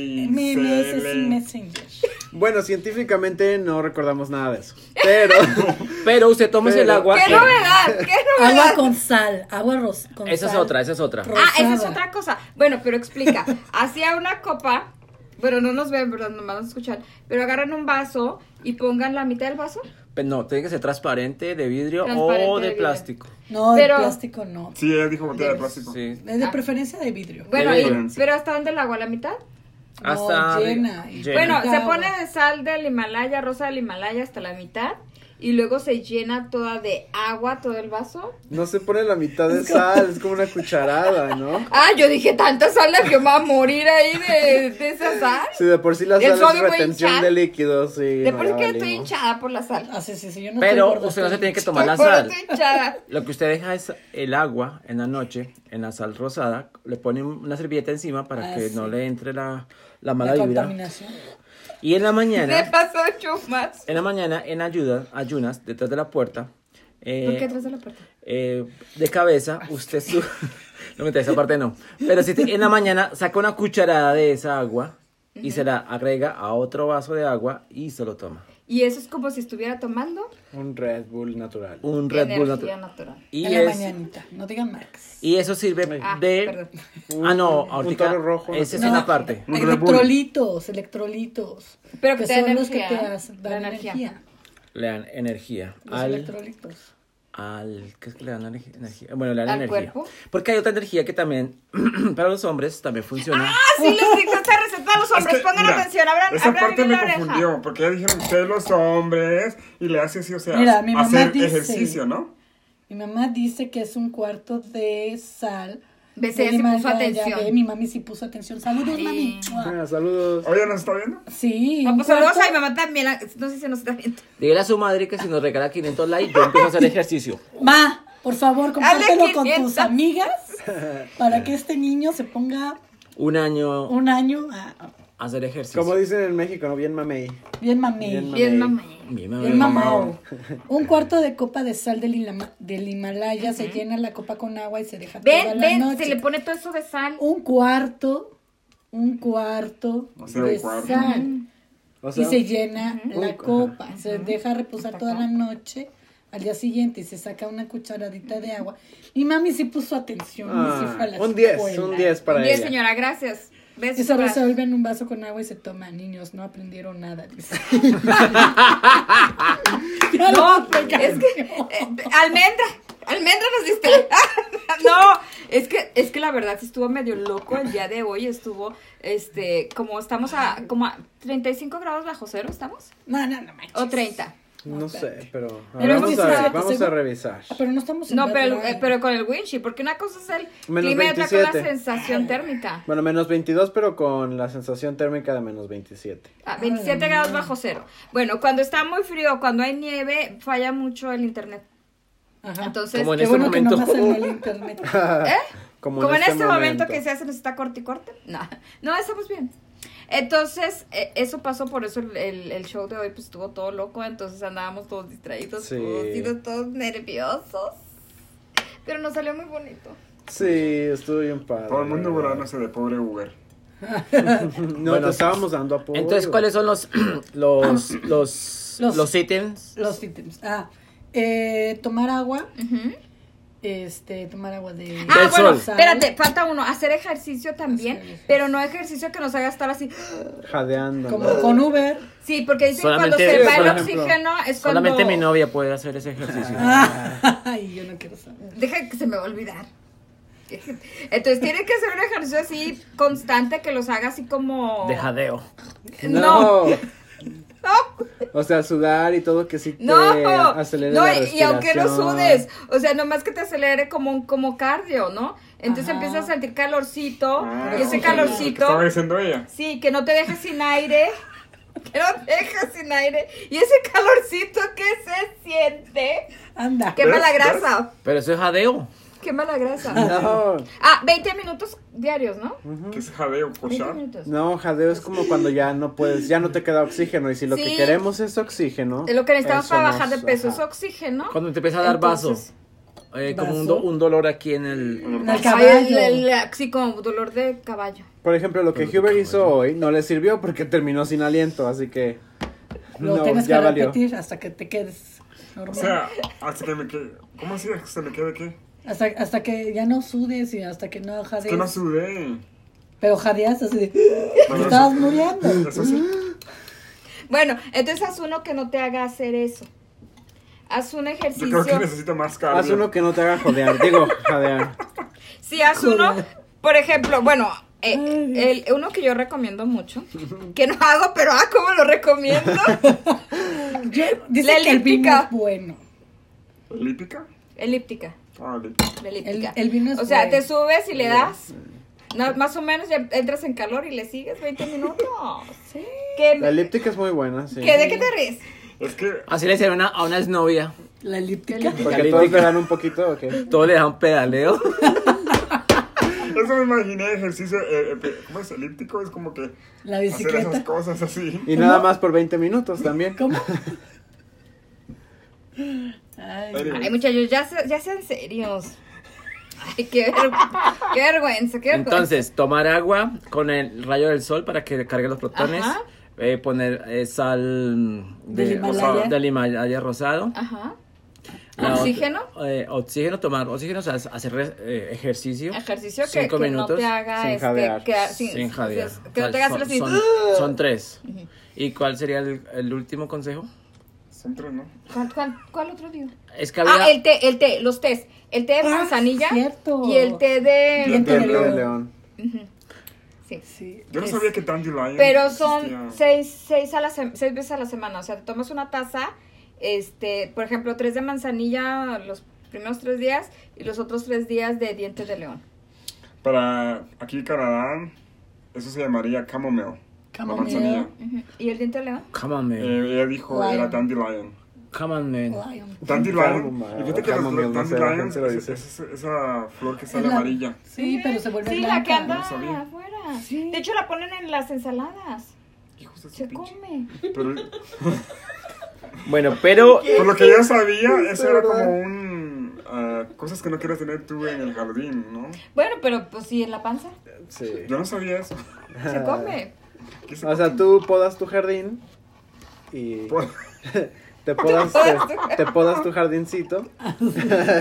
Speaker 2: y
Speaker 3: MMS es un
Speaker 2: CL.
Speaker 3: Messenger.
Speaker 4: bueno, científicamente no recordamos nada de eso. Pero
Speaker 5: Pero usted tomes el
Speaker 4: Pero-
Speaker 5: agua.
Speaker 1: ¡Qué
Speaker 5: en-
Speaker 1: novedad! ¡Qué novedad!
Speaker 3: Agua con sal, agua ros- con
Speaker 5: Esa es
Speaker 3: sal.
Speaker 5: otra, esa es otra.
Speaker 3: Ro-
Speaker 1: Ah, esa es
Speaker 3: Rosada.
Speaker 1: otra cosa. Bueno, pero explica. Hacía una copa, pero no nos ven, ¿verdad? Nomás nos escuchan. Pero agarran un vaso y pongan la mitad del vaso.
Speaker 5: Pero no, tiene que ser transparente, de vidrio
Speaker 1: Transparente
Speaker 5: o
Speaker 1: de
Speaker 5: de
Speaker 1: vidrio.
Speaker 5: plástico.
Speaker 3: No,
Speaker 1: Pero- Ah.
Speaker 3: de plástico no.
Speaker 2: Sí, ella dijo botella de plástico.
Speaker 5: Sí.
Speaker 3: De, de preferencia de vidrio.
Speaker 1: Bueno,
Speaker 5: Sí.
Speaker 1: y- pero ¿hasta dónde el agua? ¿La mitad?
Speaker 3: No,
Speaker 5: Hasta de-
Speaker 3: llena.
Speaker 5: Ah, llena.
Speaker 1: Bueno,
Speaker 3: mitad
Speaker 1: se
Speaker 3: agua.
Speaker 1: pone de sal del Himalaya, rosa del Himalaya hasta la mitad. Y luego se llena toda de agua, todo el vaso.
Speaker 4: no se pone la mitad de sal, es como una cucharada, ¿no?
Speaker 1: Ah, yo dije, tanta sal la que va a morir ahí de, de esa sal.
Speaker 4: Si de por sí la
Speaker 1: El
Speaker 4: sal
Speaker 1: sodio
Speaker 4: es
Speaker 1: puede
Speaker 4: retención
Speaker 1: hinchar.
Speaker 4: de líquidos, sí.
Speaker 1: De
Speaker 4: no,
Speaker 1: por sí
Speaker 4: ya
Speaker 1: que estoy
Speaker 4: valimos.
Speaker 1: hinchada por la sal.
Speaker 3: Ah, sí, sí, sí, yo no estoy
Speaker 5: Pero
Speaker 3: gorda,
Speaker 5: usted no se
Speaker 3: estoy-
Speaker 5: tiene que tomar la
Speaker 1: Por eso
Speaker 5: sal.
Speaker 1: estoy hinchada.
Speaker 5: Lo que usted deja es el agua en la noche, en la sal rosada, le pone una servilleta encima para
Speaker 3: Ah,
Speaker 5: que
Speaker 3: sí.
Speaker 5: no le entre la, la
Speaker 3: La
Speaker 5: mala vibra.
Speaker 3: contaminación.
Speaker 5: Y en la
Speaker 1: Me
Speaker 5: mañana,
Speaker 1: pasó chumas.
Speaker 5: en la mañana, en ayuda, ayunas, detrás de la puerta, eh,
Speaker 1: ¿Por qué atrás Ah, de la puerta?
Speaker 5: eh, de cabeza, usted su... No me interesa, esa parte no. Pero si te- en la mañana saca una cucharada de esa agua y se la agrega a otro vaso de agua y se lo toma.
Speaker 1: Y eso es como si estuviera tomando
Speaker 4: Un Red Bull natural.
Speaker 5: Un Red Bull
Speaker 1: energía
Speaker 5: natural.
Speaker 1: natural.
Speaker 5: Y,
Speaker 3: en la
Speaker 5: es-
Speaker 3: mañanita, no digan marcas.
Speaker 5: y eso sirve
Speaker 1: Ah,
Speaker 5: de...
Speaker 1: perdón.
Speaker 5: Ah, no,
Speaker 4: Un- un
Speaker 5: ahorita.
Speaker 4: toro rojo,
Speaker 5: Esa es
Speaker 3: No,
Speaker 5: una parte.
Speaker 2: Un Red Bull.
Speaker 3: Electrolitos, electrolitos.
Speaker 1: Pero que te
Speaker 3: son
Speaker 1: dan
Speaker 3: los que te
Speaker 1: energía, ¿eh?
Speaker 3: hacen-
Speaker 1: da
Speaker 3: dan
Speaker 1: energía.
Speaker 3: energía.
Speaker 5: Le dan energía.
Speaker 3: Los
Speaker 5: Al,
Speaker 3: electrolitos.
Speaker 5: al. ¿Qué es que le dan energi- energía? Bueno, le dan
Speaker 1: ¿Al
Speaker 5: energía.
Speaker 1: cuerpo?
Speaker 5: Porque hay otra energía que también, para los hombres, también funciona.
Speaker 1: Ah, sí, les digo esta receta a los
Speaker 2: Es
Speaker 1: hombres.
Speaker 2: que,
Speaker 1: Pongan
Speaker 2: mira,
Speaker 1: atención, abran,
Speaker 2: Esa
Speaker 1: abran
Speaker 2: parte
Speaker 1: bien
Speaker 2: me
Speaker 1: la oreja.
Speaker 2: confundió, porque ya dijeron ustedes los hombres y le hace así, o sea,
Speaker 3: Mira, mi mamá
Speaker 2: hacer
Speaker 3: dice-
Speaker 2: ejercicio, ¿no?
Speaker 3: Mi mamá dice que es un cuarto de sal.
Speaker 1: ¿Ves?
Speaker 3: De
Speaker 1: Ella sí
Speaker 3: lima-
Speaker 1: puso
Speaker 3: ya-
Speaker 1: atención.
Speaker 3: ya ve, mi mami sí puso atención. Saludos,
Speaker 1: Sí.
Speaker 3: mami. Mua.
Speaker 4: Ah,
Speaker 1: Oh,
Speaker 4: saludos.
Speaker 2: Oye, ¿nos está viendo?
Speaker 3: Sí.
Speaker 1: Ah,
Speaker 3: un
Speaker 1: pues saludos a
Speaker 3: cuarto-
Speaker 1: mi mamá también. la- No sé si nos está viendo.
Speaker 5: Dígale a su madre que si nos regala 500 likes, yo empiezo a hacer ejercicio.
Speaker 3: Ma, por favor, compártelo con
Speaker 1: 500.
Speaker 3: tus amigas para que este niño se ponga
Speaker 5: Un año
Speaker 3: un año a-
Speaker 5: a hacer ejercicio.
Speaker 4: Como dicen en México, ¿no? Bien mamey.
Speaker 3: bien mamey.
Speaker 4: Bien
Speaker 3: Bien,
Speaker 1: Bien,
Speaker 4: Mamey.
Speaker 1: mamá.
Speaker 5: Mi mamá-
Speaker 3: mamao. Un cuarto de copa de sal del, Hilama- del Himalaya se llena la copa con agua y se deja toda
Speaker 1: Ven,
Speaker 3: la
Speaker 1: ven,
Speaker 3: noche.
Speaker 1: se le pone todo eso de sal.
Speaker 3: Un cuarto, un cuarto
Speaker 2: O sea,
Speaker 3: de
Speaker 2: un cuarto.
Speaker 3: sal.
Speaker 4: O sea,
Speaker 3: y se llena la copa, se deja reposar toda la noche. Al día siguiente y se saca una cucharadita de agua. Mi mami sí puso atención.
Speaker 4: ah,
Speaker 3: sí fue a la
Speaker 4: un 10,
Speaker 3: escuela.
Speaker 4: un 10 para
Speaker 1: Bien,
Speaker 4: ella.
Speaker 1: señora, gracias. Besos.
Speaker 3: Y se
Speaker 1: abrazos.
Speaker 3: resuelve en un vaso con agua y se toma. Niños, no aprendieron nada. Dice. Ya
Speaker 1: No,
Speaker 3: lo-
Speaker 1: es que eh, almendra, almendra nos diste. no, es que es que la verdad sí estuvo medio loco el día de hoy, estuvo este como estamos a como a 35 grados bajo cero, ¿estamos?
Speaker 3: No, no, no manches.
Speaker 1: O 30.
Speaker 4: No sé, pero, a
Speaker 1: Pero
Speaker 4: ver, vamos,
Speaker 1: es que
Speaker 4: a,
Speaker 1: está-
Speaker 4: vamos a
Speaker 3: seguro-
Speaker 4: revisar.
Speaker 3: Ah, Pero no estamos en
Speaker 1: No, Ah, pero,
Speaker 3: Bad Bunny.
Speaker 1: eh, pero con el windshield, porque una cosa es el
Speaker 4: Menos
Speaker 1: clima y otra cosa es la
Speaker 4: 27.
Speaker 1: sensación térmica.
Speaker 4: Bueno, menos 22, pero con la sensación térmica de menos 27.
Speaker 1: Ah, 27 grados bajo cero. Bueno, cuando está muy frío, cuando hay nieve, falla mucho el internet.
Speaker 3: Ajá.
Speaker 1: Entonces,
Speaker 5: Como
Speaker 3: Ah,
Speaker 5: en
Speaker 3: Qué
Speaker 5: este
Speaker 3: bueno que no
Speaker 5: momento.
Speaker 3: pasa en el internet.
Speaker 1: Como, en este, momento, que se hace, nos está corte y corte. No, no, estamos bien. Entonces, eh, eso pasó, por eso el, el- el show de hoy pues estuvo todo loco, entonces andábamos todos distraídos,
Speaker 4: Sí.
Speaker 1: todos, idos, todos nerviosos. Pero nos salió muy bonito.
Speaker 4: Sí, estuvo bien padre.
Speaker 2: Todo el mundo burlándose de pobre Uber.
Speaker 4: No,
Speaker 5: Bueno,
Speaker 4: te estábamos dando apoyo.
Speaker 5: Entonces, ¿cuáles son los, los, los,
Speaker 3: Los-
Speaker 5: los ítems?
Speaker 3: Los ítems. Ah, eh, tomar agua.
Speaker 1: Ujú.
Speaker 3: Este, tomar agua de.
Speaker 1: Ah,
Speaker 5: Del
Speaker 1: bueno,
Speaker 5: sol.
Speaker 1: espérate, falta uno, hacer ejercicio también,
Speaker 3: Hacer ejercicio.
Speaker 1: pero no ejercicio que nos haga estar así.
Speaker 4: Jadeando. ¿no?
Speaker 3: Como con Uber.
Speaker 1: Sí, porque dicen
Speaker 5: Solamente-
Speaker 1: cuando se va
Speaker 4: por
Speaker 1: el
Speaker 4: ejemplo,
Speaker 1: oxígeno es cuando...
Speaker 5: Solamente mi novia puede hacer ese ejercicio.
Speaker 3: Ay, Ah, yo no quiero saber.
Speaker 1: Deja que se me va a olvidar. Entonces tiene que hacer un ejercicio así constante que los haga así como...
Speaker 5: De jadeo.
Speaker 1: No.
Speaker 4: No. O sea, sudar y todo que sí te
Speaker 1: No,
Speaker 4: acelere
Speaker 1: no,
Speaker 4: la
Speaker 1: y- y aunque no
Speaker 4: respiración.
Speaker 1: sudes, o sea, nomás que te acelere como, un- como cardio, ¿no? Entonces
Speaker 3: Ajá.
Speaker 1: empiezas a sentir calorcito,
Speaker 2: Ah,
Speaker 1: Oh, y ese
Speaker 2: sí, lo que
Speaker 1: calorcito,
Speaker 2: Estaba diciendo ella.
Speaker 1: sí, que no te dejes sin aire, que no te dejes sin aire, y ese calorcito que se siente,
Speaker 3: Anda.
Speaker 1: quema
Speaker 2: ¿Ves?
Speaker 1: la grasa,
Speaker 5: Pero eso es jadeo.
Speaker 1: quema la grasa.
Speaker 4: No,
Speaker 1: Ah, 20 minutos diarios, ¿no?
Speaker 2: Que es jadeo,
Speaker 1: 20
Speaker 2: cochar.
Speaker 1: minutos.
Speaker 4: no, jadeo es como cuando ya no puedes, ya no te queda oxígeno. Y si lo
Speaker 1: Sí.
Speaker 4: que queremos es oxígeno.
Speaker 1: Es lo que necesitamos
Speaker 4: eso
Speaker 1: para
Speaker 4: nos-
Speaker 1: bajar de peso, es
Speaker 4: ajá.
Speaker 1: oxígeno.
Speaker 5: Cuando te empieza a dar vaso.
Speaker 1: Entonces-
Speaker 5: eh, como un,
Speaker 3: ¿Vaso?
Speaker 5: do- un dolor aquí en el.
Speaker 3: En el
Speaker 1: Ay,
Speaker 3: caballo.
Speaker 1: el- el- el- sí, como dolor de caballo.
Speaker 4: Por ejemplo, lo que Huber hizo hoy no le sirvió porque terminó sin aliento, así que.
Speaker 3: Lo
Speaker 4: no,
Speaker 3: tienes que
Speaker 4: ya valió.
Speaker 3: repetir hasta que te quedes normal.
Speaker 2: O sea, hasta que me quede. ¿Cómo así que se me quede qué?
Speaker 3: hasta, hasta que ya no sudes y hasta que no jadees.
Speaker 2: Es que no sudé.
Speaker 3: Pero jadeas así de. Te
Speaker 2: Bueno,
Speaker 3: estabas
Speaker 2: eso-
Speaker 3: muriendo.
Speaker 2: Eso sí.
Speaker 1: Bueno, entonces haz uno que no te haga hacer eso. Haz un
Speaker 2: Yo creo que
Speaker 1: ejercicio.
Speaker 2: necesito más cardio.
Speaker 4: Haz uno que no te haga jodear. Digo, jadear.
Speaker 1: Sí, haz uno, por ejemplo, bueno, eh, el, uno que yo recomiendo mucho, que no hago, pero ah, ¿cómo lo recomiendo?
Speaker 3: Yo, dice
Speaker 1: La
Speaker 3: que el vino
Speaker 1: elíptica.
Speaker 3: es bueno.
Speaker 2: ¿Lípica?
Speaker 1: Elíptica.
Speaker 2: Ah, lípica.
Speaker 1: la elíptica.
Speaker 3: El- el vino es
Speaker 1: o sea,
Speaker 3: bueno.
Speaker 1: te subes y le das. no, más o menos ya entras en calor y le sigues 20 minutos. Sí. Que,
Speaker 4: La elíptica es muy buena, sí.
Speaker 1: que- ¿De qué te ríes?
Speaker 2: Es que
Speaker 5: Así le hicieron a, a una exnovia.
Speaker 3: La elíptica.
Speaker 4: Porque todos le dan un poquito, ¿o qué?
Speaker 5: Todo le dan pedaleo.
Speaker 2: eso me imaginé ejercicio. eh, eh, pe- ¿Cómo es elíptico? Es como que
Speaker 3: La
Speaker 2: hacer esas
Speaker 3: bicicleta.
Speaker 2: cosas así.
Speaker 4: Y nada más por 20 minutos también.
Speaker 3: ¿Cómo? Ay,
Speaker 1: Ay,
Speaker 2: Anyway,
Speaker 1: muchachos, ya, se- ya sean serios. Ay, qué, ver- qué vergüenza, qué vergüenza.
Speaker 5: Entonces, tomar agua con el rayo del sol para que cargue los protones.
Speaker 1: Ajá.
Speaker 5: Eh, poner eh, sal mm,
Speaker 3: Del Himalaya.
Speaker 5: rosado- del Himalaya rosado.
Speaker 1: Ajá.
Speaker 5: La ot-
Speaker 1: ¿Oxígeno?
Speaker 5: eh, oxígeno, tomar oxígeno, o sea, hacer re- eh, ejercicio.
Speaker 1: Ejercicio que,
Speaker 5: Cinco
Speaker 1: que no
Speaker 5: minutos
Speaker 1: te haga
Speaker 4: sin
Speaker 1: este,
Speaker 4: jadear.
Speaker 1: quedar- sin-
Speaker 5: sin jadear.
Speaker 1: Que
Speaker 5: O sea,
Speaker 1: no te hagas
Speaker 5: son,
Speaker 1: así. "Uh,
Speaker 5: son- son tres. ¿Y cuál sería el, el último consejo?
Speaker 2: son tres, ¿no?
Speaker 1: ¿Cuál, cuál, cuál otro digo?
Speaker 5: Es que había...
Speaker 1: Ah, el té, el té, los tés. El té de
Speaker 3: Ah,
Speaker 1: manzanilla
Speaker 3: cierto.
Speaker 1: y el té
Speaker 3: Bien.
Speaker 1: de...
Speaker 3: Diente de
Speaker 4: Diente
Speaker 3: león.
Speaker 1: Sí.
Speaker 3: Sí.
Speaker 2: Yo no
Speaker 3: Es-
Speaker 2: sabía que Dandelion.
Speaker 1: Pero son
Speaker 2: existía.
Speaker 1: seis, seis, a la sem- seis veces a la semana. O sea, te tomas una taza, este, por ejemplo, tres de manzanilla los primeros tres días y los otros tres días de diente de león.
Speaker 2: Para aquí en Canadá, eso se llamaría chamomile. la
Speaker 3: Chamomile.
Speaker 2: manzanilla.
Speaker 1: Ujú. ¿Y el diente de león?
Speaker 5: Come on, man.
Speaker 2: Eh, ella dijo
Speaker 3: Lion.
Speaker 2: era Dandelion.
Speaker 5: Come on, man.
Speaker 3: Lion.
Speaker 2: Dandelion.
Speaker 4: Chamomile,
Speaker 2: Y fíjate que los,
Speaker 4: chamomile,
Speaker 2: los
Speaker 4: no sé, ¿quién
Speaker 2: dandelions
Speaker 4: se lo
Speaker 2: es,
Speaker 4: dice?
Speaker 2: es- es esa flor que sale
Speaker 3: Es la-
Speaker 2: amarilla.
Speaker 3: Sí, pero se vuelve
Speaker 1: Sí,
Speaker 3: blanca.
Speaker 1: la que anda
Speaker 2: No sabía.
Speaker 1: afuera.
Speaker 3: Sí.
Speaker 1: De hecho, la ponen en las ensaladas.
Speaker 2: Hijos de su
Speaker 1: Se
Speaker 2: pinche-
Speaker 1: come.
Speaker 2: Pero
Speaker 4: Bueno, pero.
Speaker 2: por lo que yo sabía, eso era como un... ah, cosas que no quieres tener tú en el jardín, ¿no?
Speaker 1: Bueno, pero pues sí, en la panza.
Speaker 4: Sí.
Speaker 2: Yo no sabía eso.
Speaker 1: Se come.
Speaker 2: ¿Qué se
Speaker 4: O sea, tú podas tu jardín y
Speaker 2: por-
Speaker 4: te podas, te, te podas tu jardincito.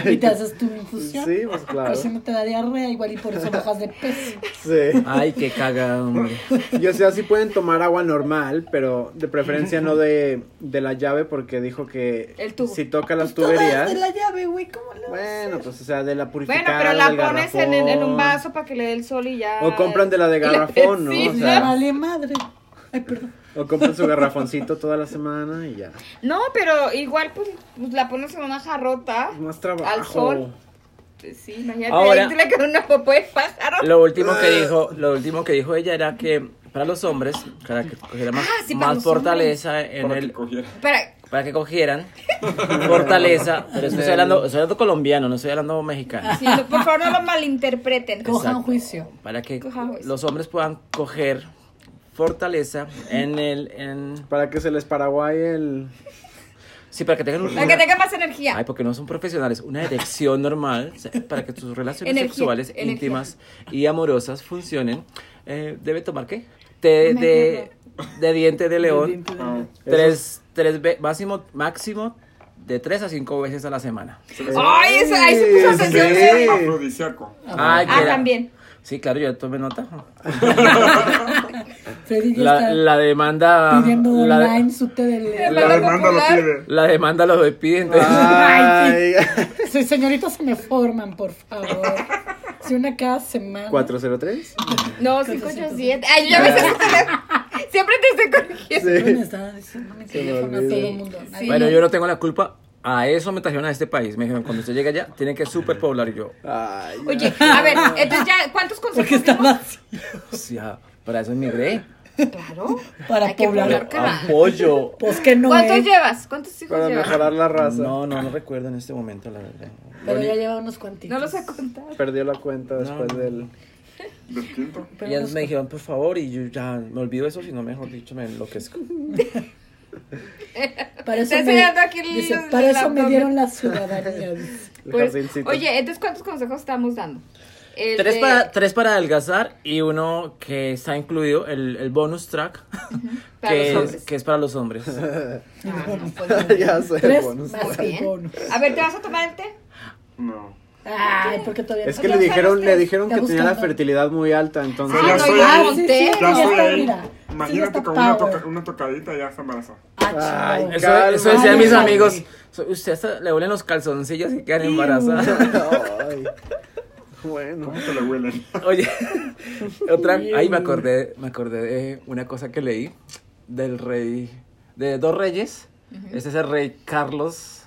Speaker 3: Y te haces tu infusión.
Speaker 4: Sí, pues claro.
Speaker 3: Pero si no te da diarrea, igual y por eso bajas de peso.
Speaker 4: Sí.
Speaker 5: Ay, qué cagado, hombre.
Speaker 4: Yo sé, así pueden tomar agua normal, pero de preferencia no de, de la llave porque dijo que
Speaker 1: El tubo.
Speaker 4: si toca las
Speaker 3: Todas
Speaker 4: tuberías.
Speaker 3: de la llave, güey, ¿cómo lo
Speaker 4: Bueno, pues o sea, de la
Speaker 1: Bueno,
Speaker 4: purificada.
Speaker 1: pero la
Speaker 4: del
Speaker 1: pones en, en- en un
Speaker 4: garrafón.
Speaker 1: vaso para que le dé el sol y ya.
Speaker 4: O compran de la de
Speaker 1: Y la
Speaker 4: garrafón, ¿no? O
Speaker 1: vecina.
Speaker 4: sea,
Speaker 3: Vale madre. Ay, perdón.
Speaker 4: O compran su garrafoncito toda la semana y ya.
Speaker 1: No, pero igual pues, pues, la pones en una jarrota.
Speaker 4: Más trabajo.
Speaker 1: Al sol. Sí, imagínate
Speaker 5: Ahora-
Speaker 1: ahí tú le cae una popó de pájaro.
Speaker 5: Lo último que dijo, lo último que dijo ella era que para los hombres, para que cogiera más,
Speaker 1: Ah, sí, para
Speaker 5: más
Speaker 1: los
Speaker 5: fortaleza en
Speaker 2: Para
Speaker 5: el
Speaker 2: que cogiera.
Speaker 1: Para,
Speaker 5: para que cogieran fortaleza, pero es que estoy hablando, estoy hablando colombiano, no estoy hablando mexicano.
Speaker 1: sí, no, por favor, no lo malinterpreten.
Speaker 3: Cojan
Speaker 5: Exacto.
Speaker 3: juicio.
Speaker 5: Para que
Speaker 1: Cojan juicio.
Speaker 5: los hombres puedan coger fortaleza en el en
Speaker 4: Para que se les paraguaye el.
Speaker 5: sí, para que tengan un-
Speaker 1: Para que tenga más energía.
Speaker 5: Ay, porque no son profesionales. Una erección normal, o sea, para que tus relaciones
Speaker 1: Energía,
Speaker 5: sexuales
Speaker 1: energía.
Speaker 5: íntimas y amorosas funcionen, eh, debe tomar qué? Té de, de diente de león.
Speaker 2: Ah,
Speaker 5: Tres, tres ve- máximo, máximo de tres a cinco veces a la semana.
Speaker 1: Ay, eso- ahí se puso atención,
Speaker 4: Sí.
Speaker 2: afrodisíaco.
Speaker 5: Ay,
Speaker 1: Ah,
Speaker 5: que-
Speaker 1: también.
Speaker 5: Sí, claro, yo tomé nota.
Speaker 3: Freddy ya
Speaker 5: La,
Speaker 3: está
Speaker 5: la demanda.
Speaker 3: pidiendo
Speaker 5: la,
Speaker 3: online su té de león.
Speaker 1: Demanda
Speaker 2: La demanda lo
Speaker 1: popular.
Speaker 2: pide.
Speaker 5: la demanda lo pide. entonces-
Speaker 1: Ah,
Speaker 4: Ay,
Speaker 3: Sí, señoritas se me forman, por favor. Si una cada semana.
Speaker 4: 403.
Speaker 1: No, 587. Ay, yo ya me sé su teléfono. Siempre te estoy corrigiendo.
Speaker 3: ¿Dónde está? diciendo mi
Speaker 4: me
Speaker 3: teléfono a
Speaker 4: olvida.
Speaker 3: todo el mundo. Nadie-
Speaker 5: Bueno, yo no tengo la culpa. A eso me trajeron a este país. Me dijeron, cuando usted llega allá, tiene que superpoblar. Y yo,
Speaker 4: Ay,
Speaker 1: Oye, a ver, entonces ya, ¿cuántos consejos?
Speaker 3: Porque está
Speaker 1: dimos?
Speaker 3: vacío.
Speaker 5: sí, ah, para eso emigré.
Speaker 1: Claro.
Speaker 3: Para
Speaker 1: Hay que
Speaker 3: poblar.
Speaker 1: poblar cada-
Speaker 5: Apoyo.
Speaker 3: Pues que no
Speaker 1: ¿Cuántos
Speaker 3: es.
Speaker 1: llevas? ¿Cuántos hijos
Speaker 4: para
Speaker 1: llevas?
Speaker 4: mejorar la raza.
Speaker 5: No, no, no recuerdo en este momento, la verdad.
Speaker 3: Pero ya lleva unos cuantitos.
Speaker 1: No los he contado.
Speaker 4: Perdió la cuenta después del.
Speaker 2: Del quinto.
Speaker 3: Pero
Speaker 5: Ellas
Speaker 3: unos-
Speaker 5: me dijeron, por favor, y yo ya me olvido eso, si no, mejor dicho, me enloquezco.
Speaker 3: Para eso,
Speaker 1: Te estoy
Speaker 3: me,
Speaker 1: dando aquí el-
Speaker 3: dice,
Speaker 1: el
Speaker 3: para eso me
Speaker 1: abdomen".
Speaker 3: dieron la ciudadanía. dice.
Speaker 4: el
Speaker 1: Pues,
Speaker 4: jardincito.
Speaker 1: oye, entonces, ¿cuántos consejos estamos dando? El
Speaker 5: Tres
Speaker 1: de- Ah,
Speaker 5: para, tres para adelgazar y uno que está incluido, el, el bonus track,
Speaker 1: para los
Speaker 5: que, es,
Speaker 1: hombres.
Speaker 5: que es para los hombres.
Speaker 1: Ah, no, pues,
Speaker 4: ya sé.
Speaker 3: Tres
Speaker 4: bonus.
Speaker 3: más
Speaker 1: Muy
Speaker 3: el
Speaker 1: bien.
Speaker 3: bono.
Speaker 1: A ver, ¿te vas a tomar el té?
Speaker 2: No.
Speaker 3: Ay, porque todavía
Speaker 4: Es que
Speaker 1: Ya
Speaker 4: le
Speaker 1: sabes
Speaker 4: dijeron,
Speaker 1: que
Speaker 4: le dijeron
Speaker 3: está
Speaker 4: que tenía la
Speaker 3: buscando.
Speaker 4: fertilidad muy alta, entonces.
Speaker 2: Ah,
Speaker 1: Ah,
Speaker 2: no,
Speaker 1: no,
Speaker 2: ya
Speaker 1: ya
Speaker 2: Ah,
Speaker 3: sí,
Speaker 1: monté.
Speaker 3: sí,
Speaker 2: Ya
Speaker 3: está,
Speaker 2: estoy ahí.
Speaker 3: mira. Sí,
Speaker 2: Imagínate
Speaker 3: está
Speaker 2: con una,
Speaker 3: power.
Speaker 2: toca- una tocadita ya se embarazó.
Speaker 3: Ah,
Speaker 4: Ay,
Speaker 3: chingado.
Speaker 5: Eso, eso decían mis
Speaker 3: Ay,
Speaker 5: amigos. so- Usted hasta le huelen los calzoncillos y quedan embarazadas.
Speaker 4: Ay. Bueno.
Speaker 2: ¿Cómo te le huelen?
Speaker 5: Oye, otra. Ahí me acordé, me acordé de una cosa que leí del rey, de dos reyes. Este es el rey Carlos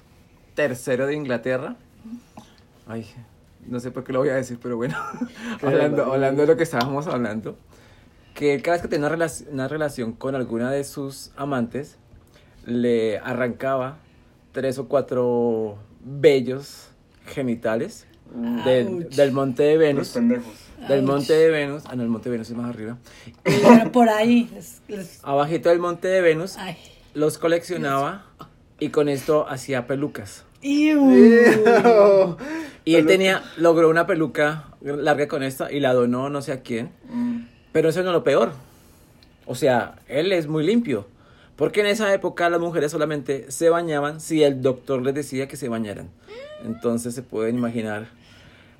Speaker 5: III de Inglaterra. Ay, no sé por qué lo voy a decir, pero bueno. hablando, hablando de lo que estábamos hablando, que cada vez que tenía una, relac- una relación con alguna de sus amantes, le arrancaba tres o cuatro bellos genitales del,
Speaker 3: Ouch.
Speaker 5: del monte de
Speaker 2: Los
Speaker 5: Venus.
Speaker 2: pendejos.
Speaker 5: Del
Speaker 3: Ouch.
Speaker 5: monte de Venus. Ah, no, el monte de Venus es más arriba.
Speaker 3: Pero por ahí. les- les-
Speaker 5: Abajito del monte de Venus
Speaker 3: ay.
Speaker 5: los coleccionaba y con esto hacía pelucas.
Speaker 3: Iu.
Speaker 5: Y él tenía, logró una peluca larga con esta y la donó no sé a quién. Pero eso no es lo peor. O sea, él es muy limpio. Porque en esa época las mujeres solamente se bañaban si el doctor les decía que se bañaran. Entonces se pueden imaginar.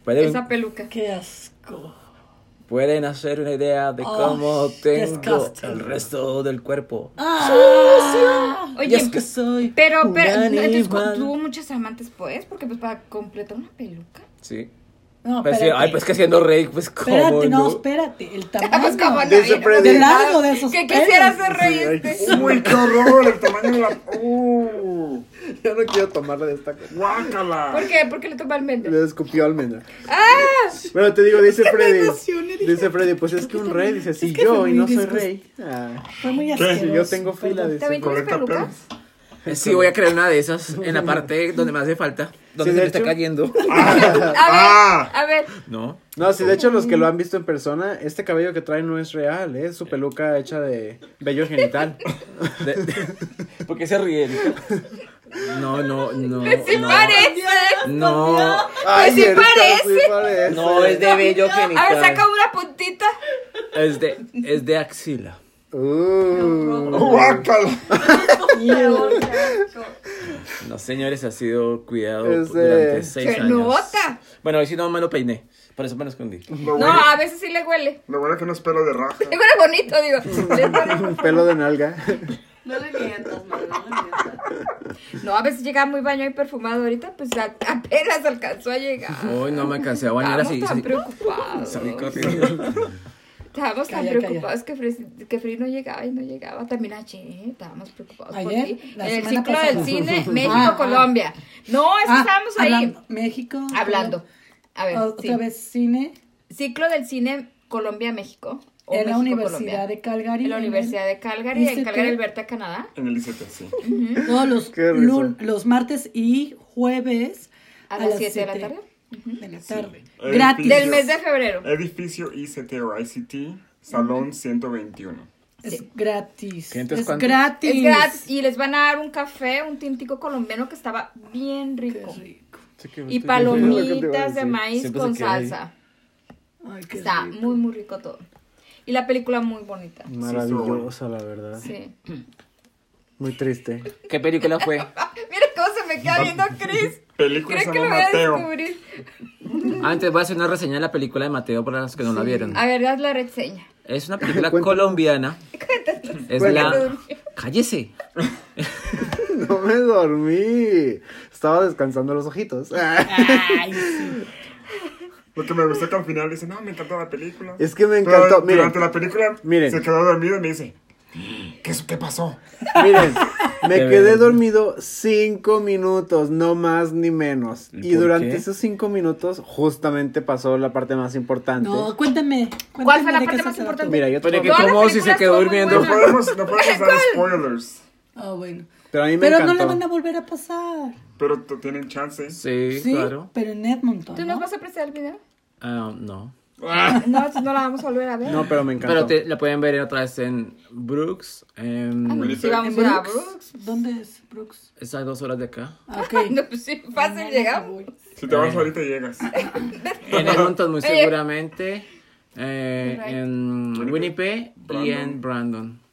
Speaker 5: Pueden,
Speaker 1: Esa peluca.
Speaker 3: Qué asco.
Speaker 5: pueden hacer una idea de
Speaker 3: Oh,
Speaker 5: cómo tengo
Speaker 3: disgusting.
Speaker 5: el resto del cuerpo.
Speaker 3: Ah,
Speaker 1: Oye,
Speaker 5: Y es que soy.
Speaker 1: pero,
Speaker 5: un
Speaker 1: pero, entonces, ¿cu-
Speaker 5: animal.
Speaker 1: ¿tuvo muchas amantes, pues? Porque, pues, para completar una peluca.
Speaker 5: Sí.
Speaker 3: No,
Speaker 5: Pues sí,
Speaker 3: espérate.
Speaker 5: ay, pues que siendo rey, pues como.
Speaker 3: Espérate, no,
Speaker 5: no?
Speaker 3: espérate. El
Speaker 1: Ah, pues, como
Speaker 3: tamaño.
Speaker 4: De ese
Speaker 1: no,
Speaker 4: Freddy.
Speaker 1: no,
Speaker 3: Largo de esos
Speaker 1: Que
Speaker 3: pelos.
Speaker 1: quisiera hacer rey
Speaker 4: ay,
Speaker 1: este.
Speaker 2: ¡Uy, qué horror! El tamaño de la. ¡Uh!
Speaker 4: Ya no quiero tomarle de esta cosa.
Speaker 1: ¿Por
Speaker 2: ¡Guácala!
Speaker 1: qué? ¿Por qué le toma almendra?
Speaker 4: Le escupió almendra.
Speaker 1: ¡Ah!
Speaker 4: Bueno, te digo, dice Freddy.
Speaker 3: emocioné, dije,
Speaker 4: Dice Freddy, pues es que un rey, dice, si
Speaker 3: que
Speaker 4: yo
Speaker 3: fue
Speaker 4: y
Speaker 3: muy
Speaker 4: no soy
Speaker 3: disgust-
Speaker 4: rey. Ah,
Speaker 3: Fue muy
Speaker 2: ¿Qué?
Speaker 3: asqueroso.
Speaker 4: si yo tengo fila,
Speaker 3: perdón.
Speaker 4: dice.
Speaker 1: ¿También tienes
Speaker 2: Correcta
Speaker 1: peluca?
Speaker 2: pelos.
Speaker 5: Sí, voy a crear una de esas en la parte donde me hace falta. Donde
Speaker 4: Sí,
Speaker 5: se
Speaker 4: de
Speaker 5: me está
Speaker 4: hecho.
Speaker 5: cayendo.
Speaker 4: Ah.
Speaker 1: A ver, a ver.
Speaker 5: No.
Speaker 4: No, si de hecho los que lo han visto en persona, este cabello que trae no es real, ¿eh? es su peluca hecha de vello genital.
Speaker 5: De- de- ¿Por qué se ríen? No, no, no.
Speaker 1: ¡Sí
Speaker 5: no.
Speaker 1: parece!
Speaker 5: No,
Speaker 4: Ay,
Speaker 1: Pues sí
Speaker 4: neta,
Speaker 1: parece.
Speaker 4: sí parece.
Speaker 5: no, es de bello
Speaker 1: A ver, saca
Speaker 5: genital.
Speaker 1: una puntita.
Speaker 5: Es de, es de axila.
Speaker 4: Uh,
Speaker 2: ¡Guácala!
Speaker 5: No, señores, ha sido cuidado
Speaker 4: Es de-
Speaker 5: durante seis
Speaker 1: ¡Se
Speaker 5: años.
Speaker 1: nota!
Speaker 5: Bueno, hoy sí no me lo peiné. Por eso me lo escondí.
Speaker 2: Lo
Speaker 1: No,
Speaker 2: bueno,
Speaker 1: a veces sí le huele.
Speaker 2: lo bueno es que no es pelo de raja.
Speaker 1: Le huele bonito, digo. Le huele-
Speaker 4: pelo de nalga.
Speaker 6: No le mientas, madre, no le mientas.
Speaker 1: No, a veces llegaba muy bañado y perfumado. Ahorita, pues a- apenas alcanzó a llegar.
Speaker 5: Hoy no me cansé a bañar
Speaker 1: Estamos
Speaker 5: así.
Speaker 1: tan
Speaker 5: así-
Speaker 1: preocupados.
Speaker 5: salí corriendo.
Speaker 1: Estábamos tan
Speaker 3: Calla, calla.
Speaker 1: preocupados que Fri, que Fri no llegaba y no llegaba. También ayer estábamos preocupados
Speaker 3: ¿Ayer?
Speaker 1: por ti. En
Speaker 3: La
Speaker 1: el
Speaker 3: semana
Speaker 1: ciclo
Speaker 3: pasada.
Speaker 1: del cine
Speaker 3: Ah, ah.
Speaker 1: México-Colombia. No, es que
Speaker 3: Ah,
Speaker 1: estábamos ahí
Speaker 3: hablando- México.
Speaker 1: hablando. A ver,
Speaker 3: Otra
Speaker 1: sí.
Speaker 3: vez cine.
Speaker 1: Ciclo del cine Colombia-México. o
Speaker 3: En la
Speaker 1: México-Colombia.
Speaker 3: Universidad de Calgary.
Speaker 1: En la
Speaker 3: el-
Speaker 1: Universidad de Calgary,
Speaker 3: ICT.
Speaker 1: en Calgary, Alberta, Canadá.
Speaker 2: En el ICT, sí.
Speaker 3: Todos los,
Speaker 4: Qué risa.
Speaker 3: lun- los martes y jueves.
Speaker 1: A las 7 de la
Speaker 3: siete
Speaker 1: tarde.
Speaker 3: De la tarde.
Speaker 2: Eh,
Speaker 3: Gratis.
Speaker 2: Dios.
Speaker 1: Del mes de febrero.
Speaker 3: Eh,
Speaker 2: Edificio ICT o ICT, Salón 121.
Speaker 3: Es
Speaker 1: Sí.
Speaker 3: gratis.
Speaker 5: ¿Entonces
Speaker 3: Es
Speaker 5: cuánto?
Speaker 3: gratis.
Speaker 1: Es gratis y les van a dar un café, un tintico colombiano que estaba bien
Speaker 3: Qué
Speaker 1: rico.
Speaker 3: rico.
Speaker 1: Y
Speaker 4: Es lo que te iba a
Speaker 1: palomitas de
Speaker 4: decir.
Speaker 1: maíz
Speaker 5: Siempre
Speaker 1: con
Speaker 5: se queda ahí.
Speaker 1: salsa.
Speaker 3: Ay, qué
Speaker 1: Está
Speaker 3: rico.
Speaker 1: muy, muy rico todo. Y la película muy bonita.
Speaker 4: Maravillosa, la verdad.
Speaker 1: Sí.
Speaker 4: Muy triste.
Speaker 5: ¿Qué película fue?
Speaker 1: Mira cómo se me queda viendo Chris.
Speaker 2: Película
Speaker 1: Creo
Speaker 2: se
Speaker 1: que lo
Speaker 2: llama
Speaker 1: voy a
Speaker 2: Mateo.
Speaker 1: descubrir.
Speaker 5: Antes voy a hacer una reseña de la película de Mateo para los que no la vieron.
Speaker 1: A ver, haz la reseña.
Speaker 5: Es una película colombiana. Es la... Cállese.
Speaker 4: No me dormí. Estaba descansando los ojitos.
Speaker 3: Ay, sí.
Speaker 2: Lo que me gustó que al final dice, no, me encantó la película.
Speaker 4: Es que me
Speaker 2: Pero
Speaker 4: encantó. Miren,
Speaker 2: Durante la película
Speaker 4: Miren.
Speaker 2: se quedó dormido y me dice, ¿qué, es- qué pasó?
Speaker 4: miren. Me
Speaker 5: Qué
Speaker 4: quedé
Speaker 5: verga.
Speaker 4: dormido cinco minutos, no más ni menos.
Speaker 5: ¿Y
Speaker 4: Y
Speaker 5: por
Speaker 4: durante
Speaker 5: qué?
Speaker 4: esos cinco minutos, justamente pasó la parte más importante.
Speaker 3: No, cuéntame.
Speaker 1: ¿Cuál fue
Speaker 3: cuéntame
Speaker 1: la
Speaker 3: de
Speaker 1: parte
Speaker 3: qué se
Speaker 1: más
Speaker 3: trata.
Speaker 1: importante?
Speaker 4: Mira, yo te
Speaker 5: Pero que
Speaker 4: puedo-
Speaker 1: Toda la
Speaker 5: como si se
Speaker 1: película
Speaker 5: quedó
Speaker 1: estuvo muy
Speaker 5: durmiendo.
Speaker 2: No
Speaker 1: buena.
Speaker 2: podemos, no podemos dar spoilers,
Speaker 3: Ah, bueno.
Speaker 4: Pero a mí me
Speaker 3: Pero no
Speaker 4: encantó.
Speaker 3: la van a volver a pasar.
Speaker 2: pero t- tienen chance.
Speaker 5: Sí,
Speaker 3: Sí,
Speaker 5: claro.
Speaker 3: pero en Edmonton.
Speaker 1: ¿Tú
Speaker 3: ¿no?
Speaker 1: nos vas a prestar el video?
Speaker 5: Ah, no.
Speaker 2: Ah,
Speaker 1: No, no la vamos a volver a ver.
Speaker 4: No, pero me encantó.
Speaker 5: Pero te- la pueden ver otra vez en Brooks. en-
Speaker 1: Ah, no, pues sí, vamos
Speaker 3: ¿En
Speaker 1: a ir a
Speaker 3: Brooks?
Speaker 1: Brooks.
Speaker 3: ¿Dónde es Brooks?
Speaker 5: Es a dos horas de acá.
Speaker 3: Ah, Ok.
Speaker 1: No, pues sí, fácil
Speaker 3: Mañana
Speaker 1: llegamos.
Speaker 3: voy.
Speaker 2: Si te vas ahorita llegas.
Speaker 5: En Edmonton muy
Speaker 1: Oye.
Speaker 5: seguramente. eh,
Speaker 1: Right.
Speaker 5: en Winnipeg y en Brandon.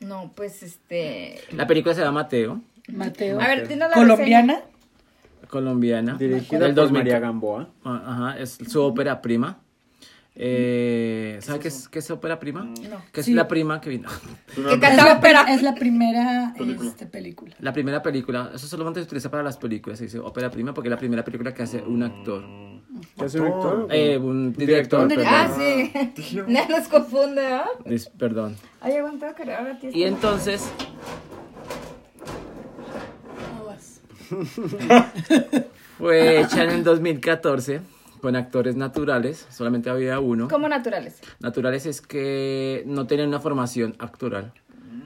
Speaker 1: No, pues este.
Speaker 5: La película se llama Mateo,
Speaker 3: Mateo.
Speaker 1: A ver, dinos la
Speaker 3: ¿Colombiana?
Speaker 5: colombiana.
Speaker 4: Dirigida
Speaker 5: del
Speaker 4: por
Speaker 5: 2000.
Speaker 4: María Gamboa.
Speaker 5: Ah, Ajá, es su ópera prima.
Speaker 1: Mm.
Speaker 5: Eh, ¿Sabes qué es, qué es ópera prima? Que es
Speaker 3: Sí.
Speaker 5: la prima que vino.
Speaker 1: reseña. Que
Speaker 3: Es
Speaker 1: canta
Speaker 3: la, pri-
Speaker 1: ópera.
Speaker 3: es la primera este, película.
Speaker 5: La primera película, eso solamente se utiliza para las películas, se dice ópera prima porque es la primera película que hace un actor.
Speaker 4: ¿Qué hace un actor?
Speaker 5: Eh, Mm. un director,
Speaker 4: Director.
Speaker 5: perdón.
Speaker 1: Ah, sí. No nos confunde, ¿ah?
Speaker 5: Dis- perdón.
Speaker 1: Ay, aguanta, que ahora tienes.
Speaker 5: Y entonces,
Speaker 3: ¿Cómo vas?
Speaker 5: fue hecha en el 2014 con actores naturales, solamente había uno.
Speaker 1: Como naturales.
Speaker 5: Naturales es que no tenían una formación actoral.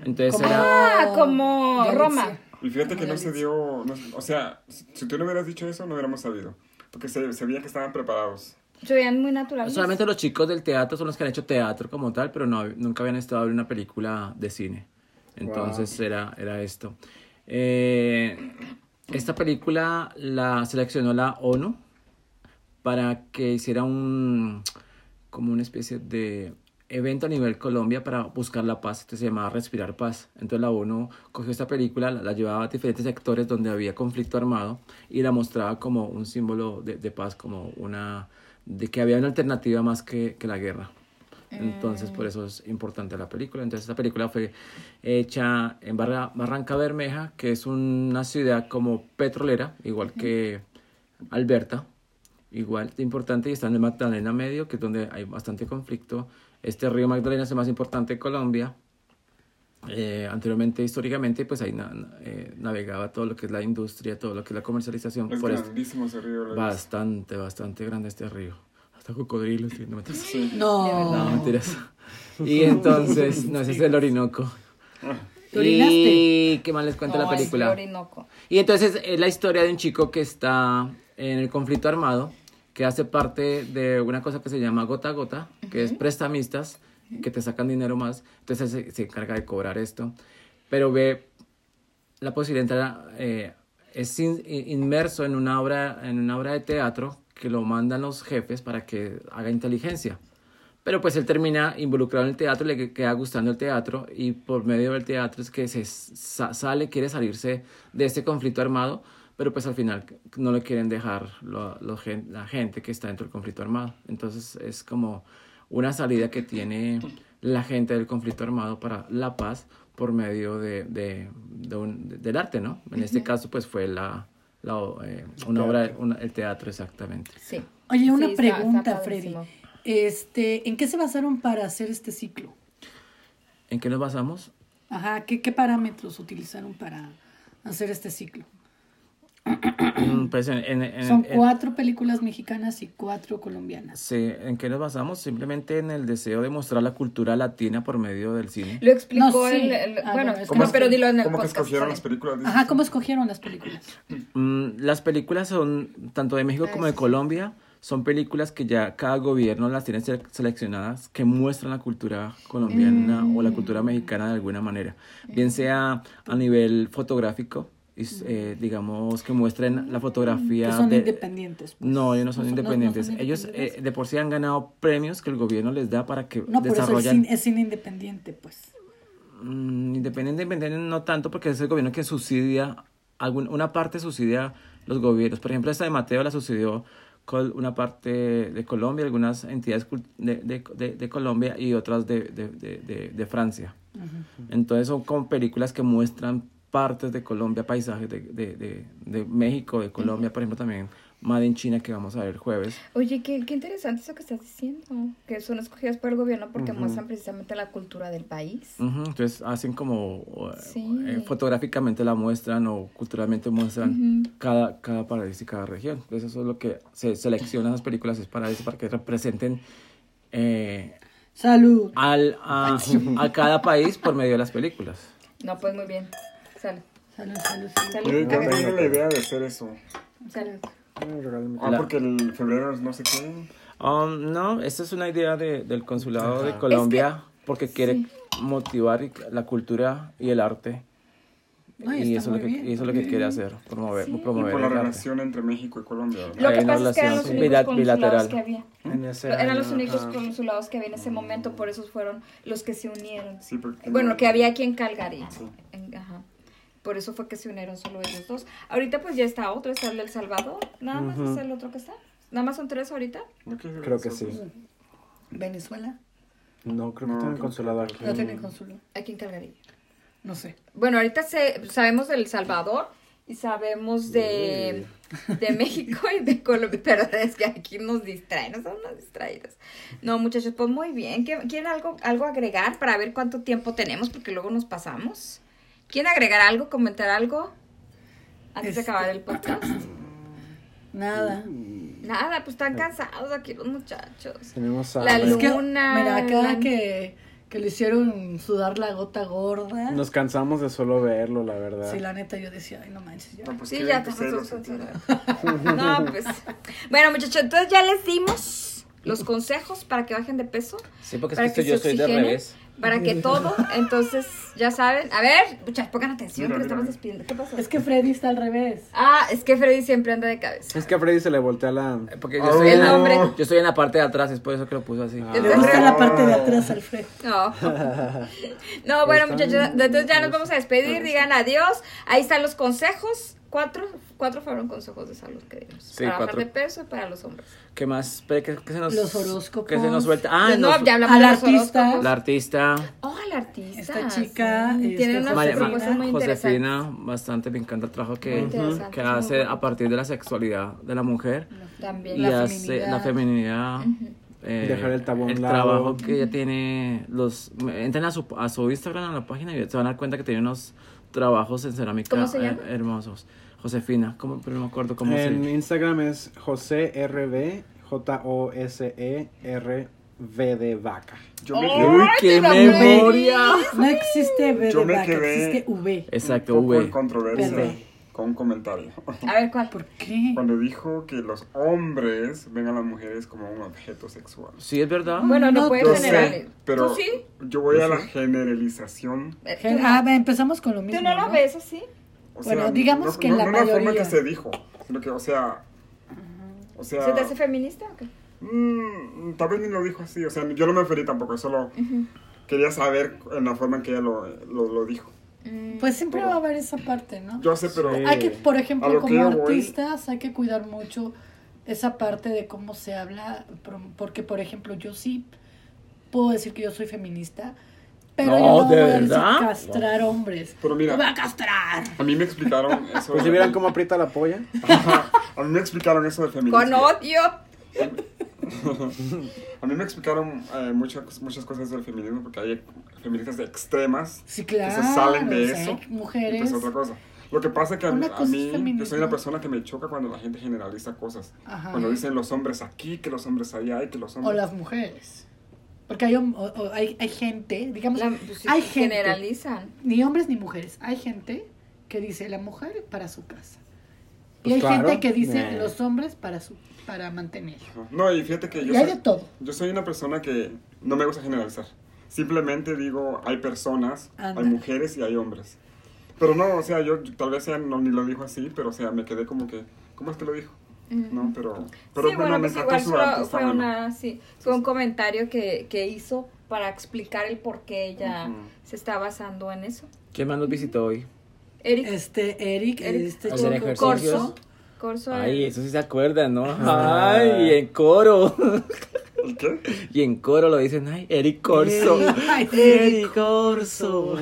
Speaker 5: Entonces era...
Speaker 1: Ah, como
Speaker 3: Galicia.
Speaker 1: Roma.
Speaker 2: Y fíjate que no se dio, no- o sea, si si tú no hubieras dicho eso, no hubiéramos sabido. Porque se, se veía que estaban preparados.
Speaker 1: Se veían muy naturales.
Speaker 5: Solamente los chicos del teatro son los que han hecho teatro como tal, pero no, nunca habían estado en una película de cine. Entonces era, era esto. Eh, esta película la seleccionó la ONU para que hiciera un como una especie de evento a nivel Colombia para buscar la paz, entonces se llamaba Respirar Paz. Entonces la ONU cogió esta película, la, la llevaba a diferentes sectores donde había conflicto armado y la mostraba como un símbolo de, de paz, como una de que había una alternativa más que, que la guerra. Entonces por eso es importante la película. Entonces esta película fue hecha en Barra- Barranca Bermeja, que es una ciudad como petrolera, igual que Alberta, igual de importante y está en el Magdalena Medio, que es donde hay bastante conflicto. Este río Magdalena es el más importante de Colombia. Eh, anteriormente, históricamente, pues ahí na- na- eh, navegaba todo lo que es la industria, todo lo que es la comercialización.
Speaker 2: Es
Speaker 5: Por esto-
Speaker 2: grandísimo ese río. la verdad.
Speaker 5: bastante, bastante grande este río. Hasta cocodrilos, sí, no me
Speaker 3: No.
Speaker 5: no, mentiras. Y entonces, no, ese es el Orinoco.
Speaker 3: ¿Te orinaste?
Speaker 5: Y qué más les cuento la
Speaker 1: No, es
Speaker 5: película.
Speaker 1: Orinoco.
Speaker 5: Y entonces es la historia de un chico que está en el conflicto armado, que hace parte de una cosa que se llama gota a gota, que es prestamistas, que te sacan dinero más. Entonces se, se encarga de cobrar esto. Pero ve la posibilidad de entrar, eh, es in- in- inmerso en una, obra, en una obra de teatro que lo mandan los jefes para que haga inteligencia. Pero pues él termina involucrado en el teatro, le queda gustando el teatro y por medio del teatro es que se sa- sale, quiere salirse de este conflicto armado, pero pues al final no le quieren dejar lo- lo gen- la gente que está dentro del conflicto armado. Entonces es como una salida que tiene la gente del conflicto armado para la paz por medio de, de- de un- del arte, ¿no? En este caso pues fue la, la, eh, una obra, una- el teatro exactamente.
Speaker 1: Sí.
Speaker 3: Oye, una
Speaker 1: Sí, está- está
Speaker 3: pregunta, Freddy.
Speaker 1: padrísimo.
Speaker 3: Este, ¿En qué se basaron para hacer este ciclo?
Speaker 5: ¿En qué nos basamos?
Speaker 3: Ajá, ¿qué, qué parámetros utilizaron para hacer este ciclo?
Speaker 5: Pues en- en- en-
Speaker 3: Son
Speaker 5: en-
Speaker 3: cuatro películas mexicanas y cuatro colombianas.
Speaker 5: Sí, ¿en qué nos basamos? Simplemente en el deseo de mostrar la cultura latina por medio del cine.
Speaker 1: Lo explicó
Speaker 3: No, sí.
Speaker 1: el, el- bueno,
Speaker 3: Ah, bueno, es
Speaker 1: no,
Speaker 2: que-
Speaker 1: pero dilo en el
Speaker 2: ¿Cómo que
Speaker 1: podcast,
Speaker 2: escogieron
Speaker 1: sale.
Speaker 2: las películas? dices?
Speaker 3: Ajá, ¿cómo escogieron las películas?
Speaker 5: Mm, las películas son, tanto de México como de Colombia, son películas que ya cada gobierno las tiene sele- seleccionadas que muestran la cultura colombiana o la
Speaker 3: Mm.
Speaker 5: cultura mexicana de alguna manera. Bien sea a nivel fotográfico, y s- eh, digamos que muestren la fotografía.
Speaker 3: Mm. que son
Speaker 5: de-
Speaker 3: independientes. pues.
Speaker 5: No, ellos no son
Speaker 3: No son- no- no son
Speaker 5: independientes. ellos eh,
Speaker 3: independientes.
Speaker 5: de por sí han ganado premios que el gobierno les da para que
Speaker 3: No, por eso es
Speaker 5: desarrollen.
Speaker 3: cine, es cine independiente, pues.
Speaker 5: Mm, Independiente, independiente no tanto porque es el gobierno que subsidia, algún, una parte subsidia los gobiernos. Por ejemplo, esta de Mateo la subsidió col- una parte de Colombia, algunas entidades cult- de, de- de- de Colombia y otras de, de- de- de- de Francia. Entonces son con películas que muestran partes de Colombia, paisajes de, de- de- de México, de Colombia, por ejemplo también Made in China que vamos a ver el jueves.
Speaker 1: Oye, qué, qué interesante eso que estás diciendo, que son escogidas por el gobierno porque muestran precisamente la cultura del país.
Speaker 5: Ujú, Entonces hacen como o, eh,
Speaker 1: Sí.
Speaker 5: eh, fotográficamente la muestran o culturalmente muestran cada, cada país y cada región. Entonces eso es lo que se seleccionan las películas, es para eso, para que representen eh,
Speaker 3: Salud.
Speaker 5: al, a, a cada país por medio de las películas.
Speaker 1: No, pues muy bien. Salud.
Speaker 3: Salud, salud, salud.
Speaker 2: Yo
Speaker 1: Salud.
Speaker 2: creo que
Speaker 1: A ver,
Speaker 2: tiene la idea de hacer eso.
Speaker 1: salud.
Speaker 4: Ay, regálame.
Speaker 2: Ah,
Speaker 5: La-
Speaker 2: porque el febrero es no sé qué.
Speaker 5: Um, no, esta es una idea de- del consulado de Colombia porque quiere motivar y- la cultura y el arte.
Speaker 3: No, y
Speaker 5: y,
Speaker 3: está
Speaker 5: eso es lo
Speaker 3: muy
Speaker 5: que,
Speaker 3: bien,
Speaker 5: y eso es lo que quiere hacer, promover,
Speaker 2: Y
Speaker 5: promover
Speaker 2: por la
Speaker 5: el arte.
Speaker 2: relación entre México y Colombia. ¿verdad?
Speaker 1: Lo
Speaker 5: Hay
Speaker 1: que
Speaker 5: una
Speaker 1: pasa es que eran los
Speaker 5: relación
Speaker 1: únicos
Speaker 5: bilat-
Speaker 1: consulados
Speaker 5: bilateral.
Speaker 1: que había.
Speaker 4: En ese
Speaker 1: Eran los
Speaker 4: año,
Speaker 1: únicos
Speaker 4: ajá.
Speaker 1: consulados que había en ese momento, por eso fueron los que se unieron. Eh,
Speaker 2: Sí, porque-
Speaker 1: Bueno, que había aquí en Calgary.
Speaker 2: Sí.
Speaker 1: En- ajá. Por eso fue que se unieron solo ellos dos. Ahorita pues ya está otro, está el del Salvador. Nada más es el otro que está. Nada más son tres ahorita.
Speaker 2: ¿No quieres
Speaker 4: Creo que
Speaker 2: eso?
Speaker 4: sí.
Speaker 3: Venezuela.
Speaker 4: No, creo que
Speaker 2: No,
Speaker 4: tienen
Speaker 2: creo
Speaker 4: consulado
Speaker 2: que-
Speaker 4: aquí.
Speaker 3: No tienen consulado.
Speaker 1: Aquí en Calgary.
Speaker 3: No sé.
Speaker 1: Bueno, ahorita se- sabemos del Salvador y sabemos de, de México y de Colombia, pero es que aquí nos distraen, no son unos distraídos. No, muchachos, pues muy bien. ¿Qué- ¿Quieren algo, algo agregar para ver cuánto tiempo tenemos? Porque luego nos pasamos. ¿Quieren agregar algo, comentar algo? Antes de
Speaker 3: Este-
Speaker 1: acabar el podcast.
Speaker 3: Nada.
Speaker 1: Nada, pues están cansados aquí los muchachos.
Speaker 4: Tenemos
Speaker 1: La
Speaker 4: hambre.
Speaker 3: Pues, Es que,
Speaker 1: Luna.
Speaker 3: mira, acá que, que le hicieron sudar la gota gorda.
Speaker 4: Nos cansamos de solo verlo, la verdad.
Speaker 3: Sí, la neta, yo decía, ay, no manches. ya.
Speaker 2: No, pues
Speaker 1: Sí,
Speaker 2: que
Speaker 1: ya
Speaker 2: que
Speaker 1: te
Speaker 2: sea
Speaker 1: pasó
Speaker 2: los-
Speaker 1: No, pues. Bueno, muchachos, entonces ya les dimos los consejos para que bajen de peso.
Speaker 5: Sí, porque es
Speaker 1: para
Speaker 5: que estoy- yo
Speaker 1: se
Speaker 5: soy de
Speaker 1: oxigenen,
Speaker 5: revés.
Speaker 1: Para que todo, entonces, ya saben. A ver, muchachos, pongan atención que
Speaker 2: Mira, mira,
Speaker 1: estamos
Speaker 2: mira.
Speaker 1: despidiendo. ¿Qué pasó?
Speaker 3: Es que Freddy está al revés.
Speaker 1: Ah, es que Freddy siempre anda de cabeza.
Speaker 4: Es que a Freddy se le voltea la.
Speaker 5: Porque yo
Speaker 2: Ah,
Speaker 5: estoy, en
Speaker 1: el
Speaker 5: la,
Speaker 1: hombre.
Speaker 5: yo estoy en la parte de atrás, es por eso que lo puse así.
Speaker 3: Le gusta la parte de atrás al Freddy.
Speaker 1: No. No, bueno, muchachos, entonces ya nos vamos a despedir. Digan adiós. Ahí están los consejos. Cuatro, cuatro fueron consejos de salud que dimos.
Speaker 5: Sí,
Speaker 1: para bajar
Speaker 5: cuatro.
Speaker 1: de peso y para los hombres.
Speaker 5: ¿Qué más? Espera, ¿qué, qué se nos,
Speaker 3: Los horóscopos.
Speaker 5: ¿Qué se nos suelta? Ah,
Speaker 1: no,
Speaker 5: nos-
Speaker 1: ya hablamos
Speaker 3: al
Speaker 1: de los
Speaker 3: artista.
Speaker 1: horóscopos.
Speaker 5: la artista.
Speaker 1: Oh, el artista.
Speaker 3: Esta chica,
Speaker 1: sí.
Speaker 3: este,
Speaker 1: tiene unas
Speaker 5: María-
Speaker 3: Josefina.
Speaker 1: propuestas muy interesantes.
Speaker 5: Josefina, bastante me encanta el trabajo
Speaker 1: Muy
Speaker 5: que,
Speaker 1: interesante,
Speaker 5: que
Speaker 1: muy
Speaker 5: hace
Speaker 1: bueno.
Speaker 5: a partir de la sexualidad de la mujer y
Speaker 1: También.
Speaker 3: La
Speaker 5: hace
Speaker 3: feminidad.
Speaker 5: la feminidad. eh,
Speaker 4: Dejar el tabú a un
Speaker 5: el
Speaker 4: lado.
Speaker 5: trabajo que ella tiene los entren a su, a su Instagram a la página y se van a dar cuenta que tiene unos trabajos en cerámica
Speaker 1: ¿Cómo se
Speaker 5: eh,
Speaker 1: llama?
Speaker 5: hermosos Josefina ¿cómo? pero no me acuerdo cómo
Speaker 4: en
Speaker 5: se
Speaker 4: Instagram es José RB, J-O-S-E-R-V E de vaca.
Speaker 2: Yo me
Speaker 1: Oh.
Speaker 2: quedé
Speaker 5: ¡Uy, qué memoria!
Speaker 3: No existe V
Speaker 2: Yo
Speaker 3: de
Speaker 2: me
Speaker 3: vaca,
Speaker 2: quedé-
Speaker 3: existe V.
Speaker 5: Exacto,
Speaker 2: un poco en
Speaker 5: V.
Speaker 2: controversia
Speaker 3: Verde.
Speaker 2: con un comentario.
Speaker 1: A ver, ¿cuál?
Speaker 3: ¿Por qué?
Speaker 2: Cuando dijo que los hombres ven a las mujeres como un objeto sexual.
Speaker 5: Sí, es verdad.
Speaker 1: Bueno, no,
Speaker 3: No,
Speaker 1: puede
Speaker 3: yo
Speaker 2: Yo
Speaker 1: puedes
Speaker 3: sé,
Speaker 1: generalizar.
Speaker 2: sé, pero
Speaker 1: ¿Tú sí?
Speaker 2: yo voy a la generalización.
Speaker 1: Eh, ¿Tú,
Speaker 3: Ah, ve, empezamos con lo
Speaker 1: ¿tú
Speaker 3: mismo.
Speaker 1: no la
Speaker 3: ¿no?
Speaker 1: ves así?
Speaker 2: O
Speaker 3: Bueno,
Speaker 2: sea,
Speaker 3: digamos
Speaker 2: no-
Speaker 3: que en
Speaker 2: no-
Speaker 3: la
Speaker 2: no la forma
Speaker 3: mayoría.
Speaker 2: que se dijo, sino que, o sea, o sea,
Speaker 1: ¿Se te hace feminista o qué?
Speaker 2: mm, tal vez ni lo dijo así, o sea, yo no me referí tampoco, solo quería saber en la forma en que ella lo, lo, lo dijo.
Speaker 1: Mm.
Speaker 3: Pues siempre va a haber esa parte, ¿no?
Speaker 2: Yo sé, pero
Speaker 4: Sí.
Speaker 3: Hay que, por
Speaker 2: A
Speaker 3: ejemplo,
Speaker 2: lo que yo
Speaker 3: como
Speaker 2: voy-
Speaker 3: artistas, hay que cuidar mucho esa parte de cómo se habla, pro- porque, por ejemplo, yo sí puedo decir que yo soy feminista, pero
Speaker 5: No,
Speaker 3: yo no
Speaker 5: ¿de
Speaker 3: voy a decir
Speaker 5: verdad?
Speaker 3: castrar hombres.
Speaker 2: Pero mira.
Speaker 3: ¡Te voy a castrar!
Speaker 2: a mí me explicaron eso.
Speaker 4: Pues si
Speaker 2: de-
Speaker 4: vieran cómo aprieta la polla.
Speaker 2: Ajá, a mí me explicaron eso de feminismo.
Speaker 1: Con odio.
Speaker 2: A A mí me explicaron eh, muchas, muchas cosas del feminismo porque hay feministas extremas
Speaker 3: Sí, claro.
Speaker 2: que se salen de
Speaker 3: o sea,
Speaker 2: eso. Y
Speaker 3: Mujeres.
Speaker 2: pues otra cosa. Lo que pasa es que a,
Speaker 3: Una
Speaker 2: a
Speaker 3: cosa es
Speaker 2: mí, yo soy
Speaker 3: feminismo.
Speaker 2: una persona que me choca cuando la gente generaliza cosas.
Speaker 3: Ajá.
Speaker 2: Cuando dicen los hombres aquí, que los hombres allá y que los
Speaker 3: o
Speaker 2: hombres...
Speaker 3: las mujeres. Porque hay, hom- o- o hay, hay gente, digamos,
Speaker 1: La- pues, sí,
Speaker 3: hay gente.
Speaker 1: generalizan.
Speaker 3: ni hombres ni mujeres. Hay gente que dice la mujer para su casa.
Speaker 4: Pues
Speaker 3: y hay
Speaker 4: claro.
Speaker 3: gente que dice
Speaker 5: Eh.
Speaker 4: Nah.
Speaker 3: los hombres para su para mantener.
Speaker 2: Ajá. No, y fíjate que yo
Speaker 3: Y hay de
Speaker 2: soy,
Speaker 3: todo.
Speaker 2: yo soy una persona que no me gusta generalizar. Simplemente digo, hay personas,
Speaker 3: Anda.
Speaker 2: hay mujeres y hay hombres. Pero no, o sea, yo yo- tal vez sea, no, ni lo dijo así, pero o sea, me quedé como que, ¿cómo es que lo dijo? No, pero, pero
Speaker 1: sí, bueno, pues
Speaker 2: encantó
Speaker 1: igual
Speaker 2: su
Speaker 1: solo
Speaker 2: arte, está
Speaker 1: fue,
Speaker 2: bueno.
Speaker 1: una, sí, fue un comentario que, que hizo para explicar el por qué ella
Speaker 2: Ujú.
Speaker 1: se está basando en eso.
Speaker 5: ¿Quién más nos visitó hoy?
Speaker 1: Eric,
Speaker 3: Este Eric,
Speaker 1: Eric
Speaker 3: este
Speaker 5: Hacer
Speaker 3: chico,
Speaker 5: ejercicios.
Speaker 1: Corso, Corso,
Speaker 5: Ay,
Speaker 1: el-
Speaker 5: eso sí se acuerdan, ¿no? Ay, y en coro.
Speaker 2: ¿El qué?
Speaker 5: Y en coro lo dicen, ay, Eric Corso.
Speaker 3: Ay,
Speaker 5: Eric Corso.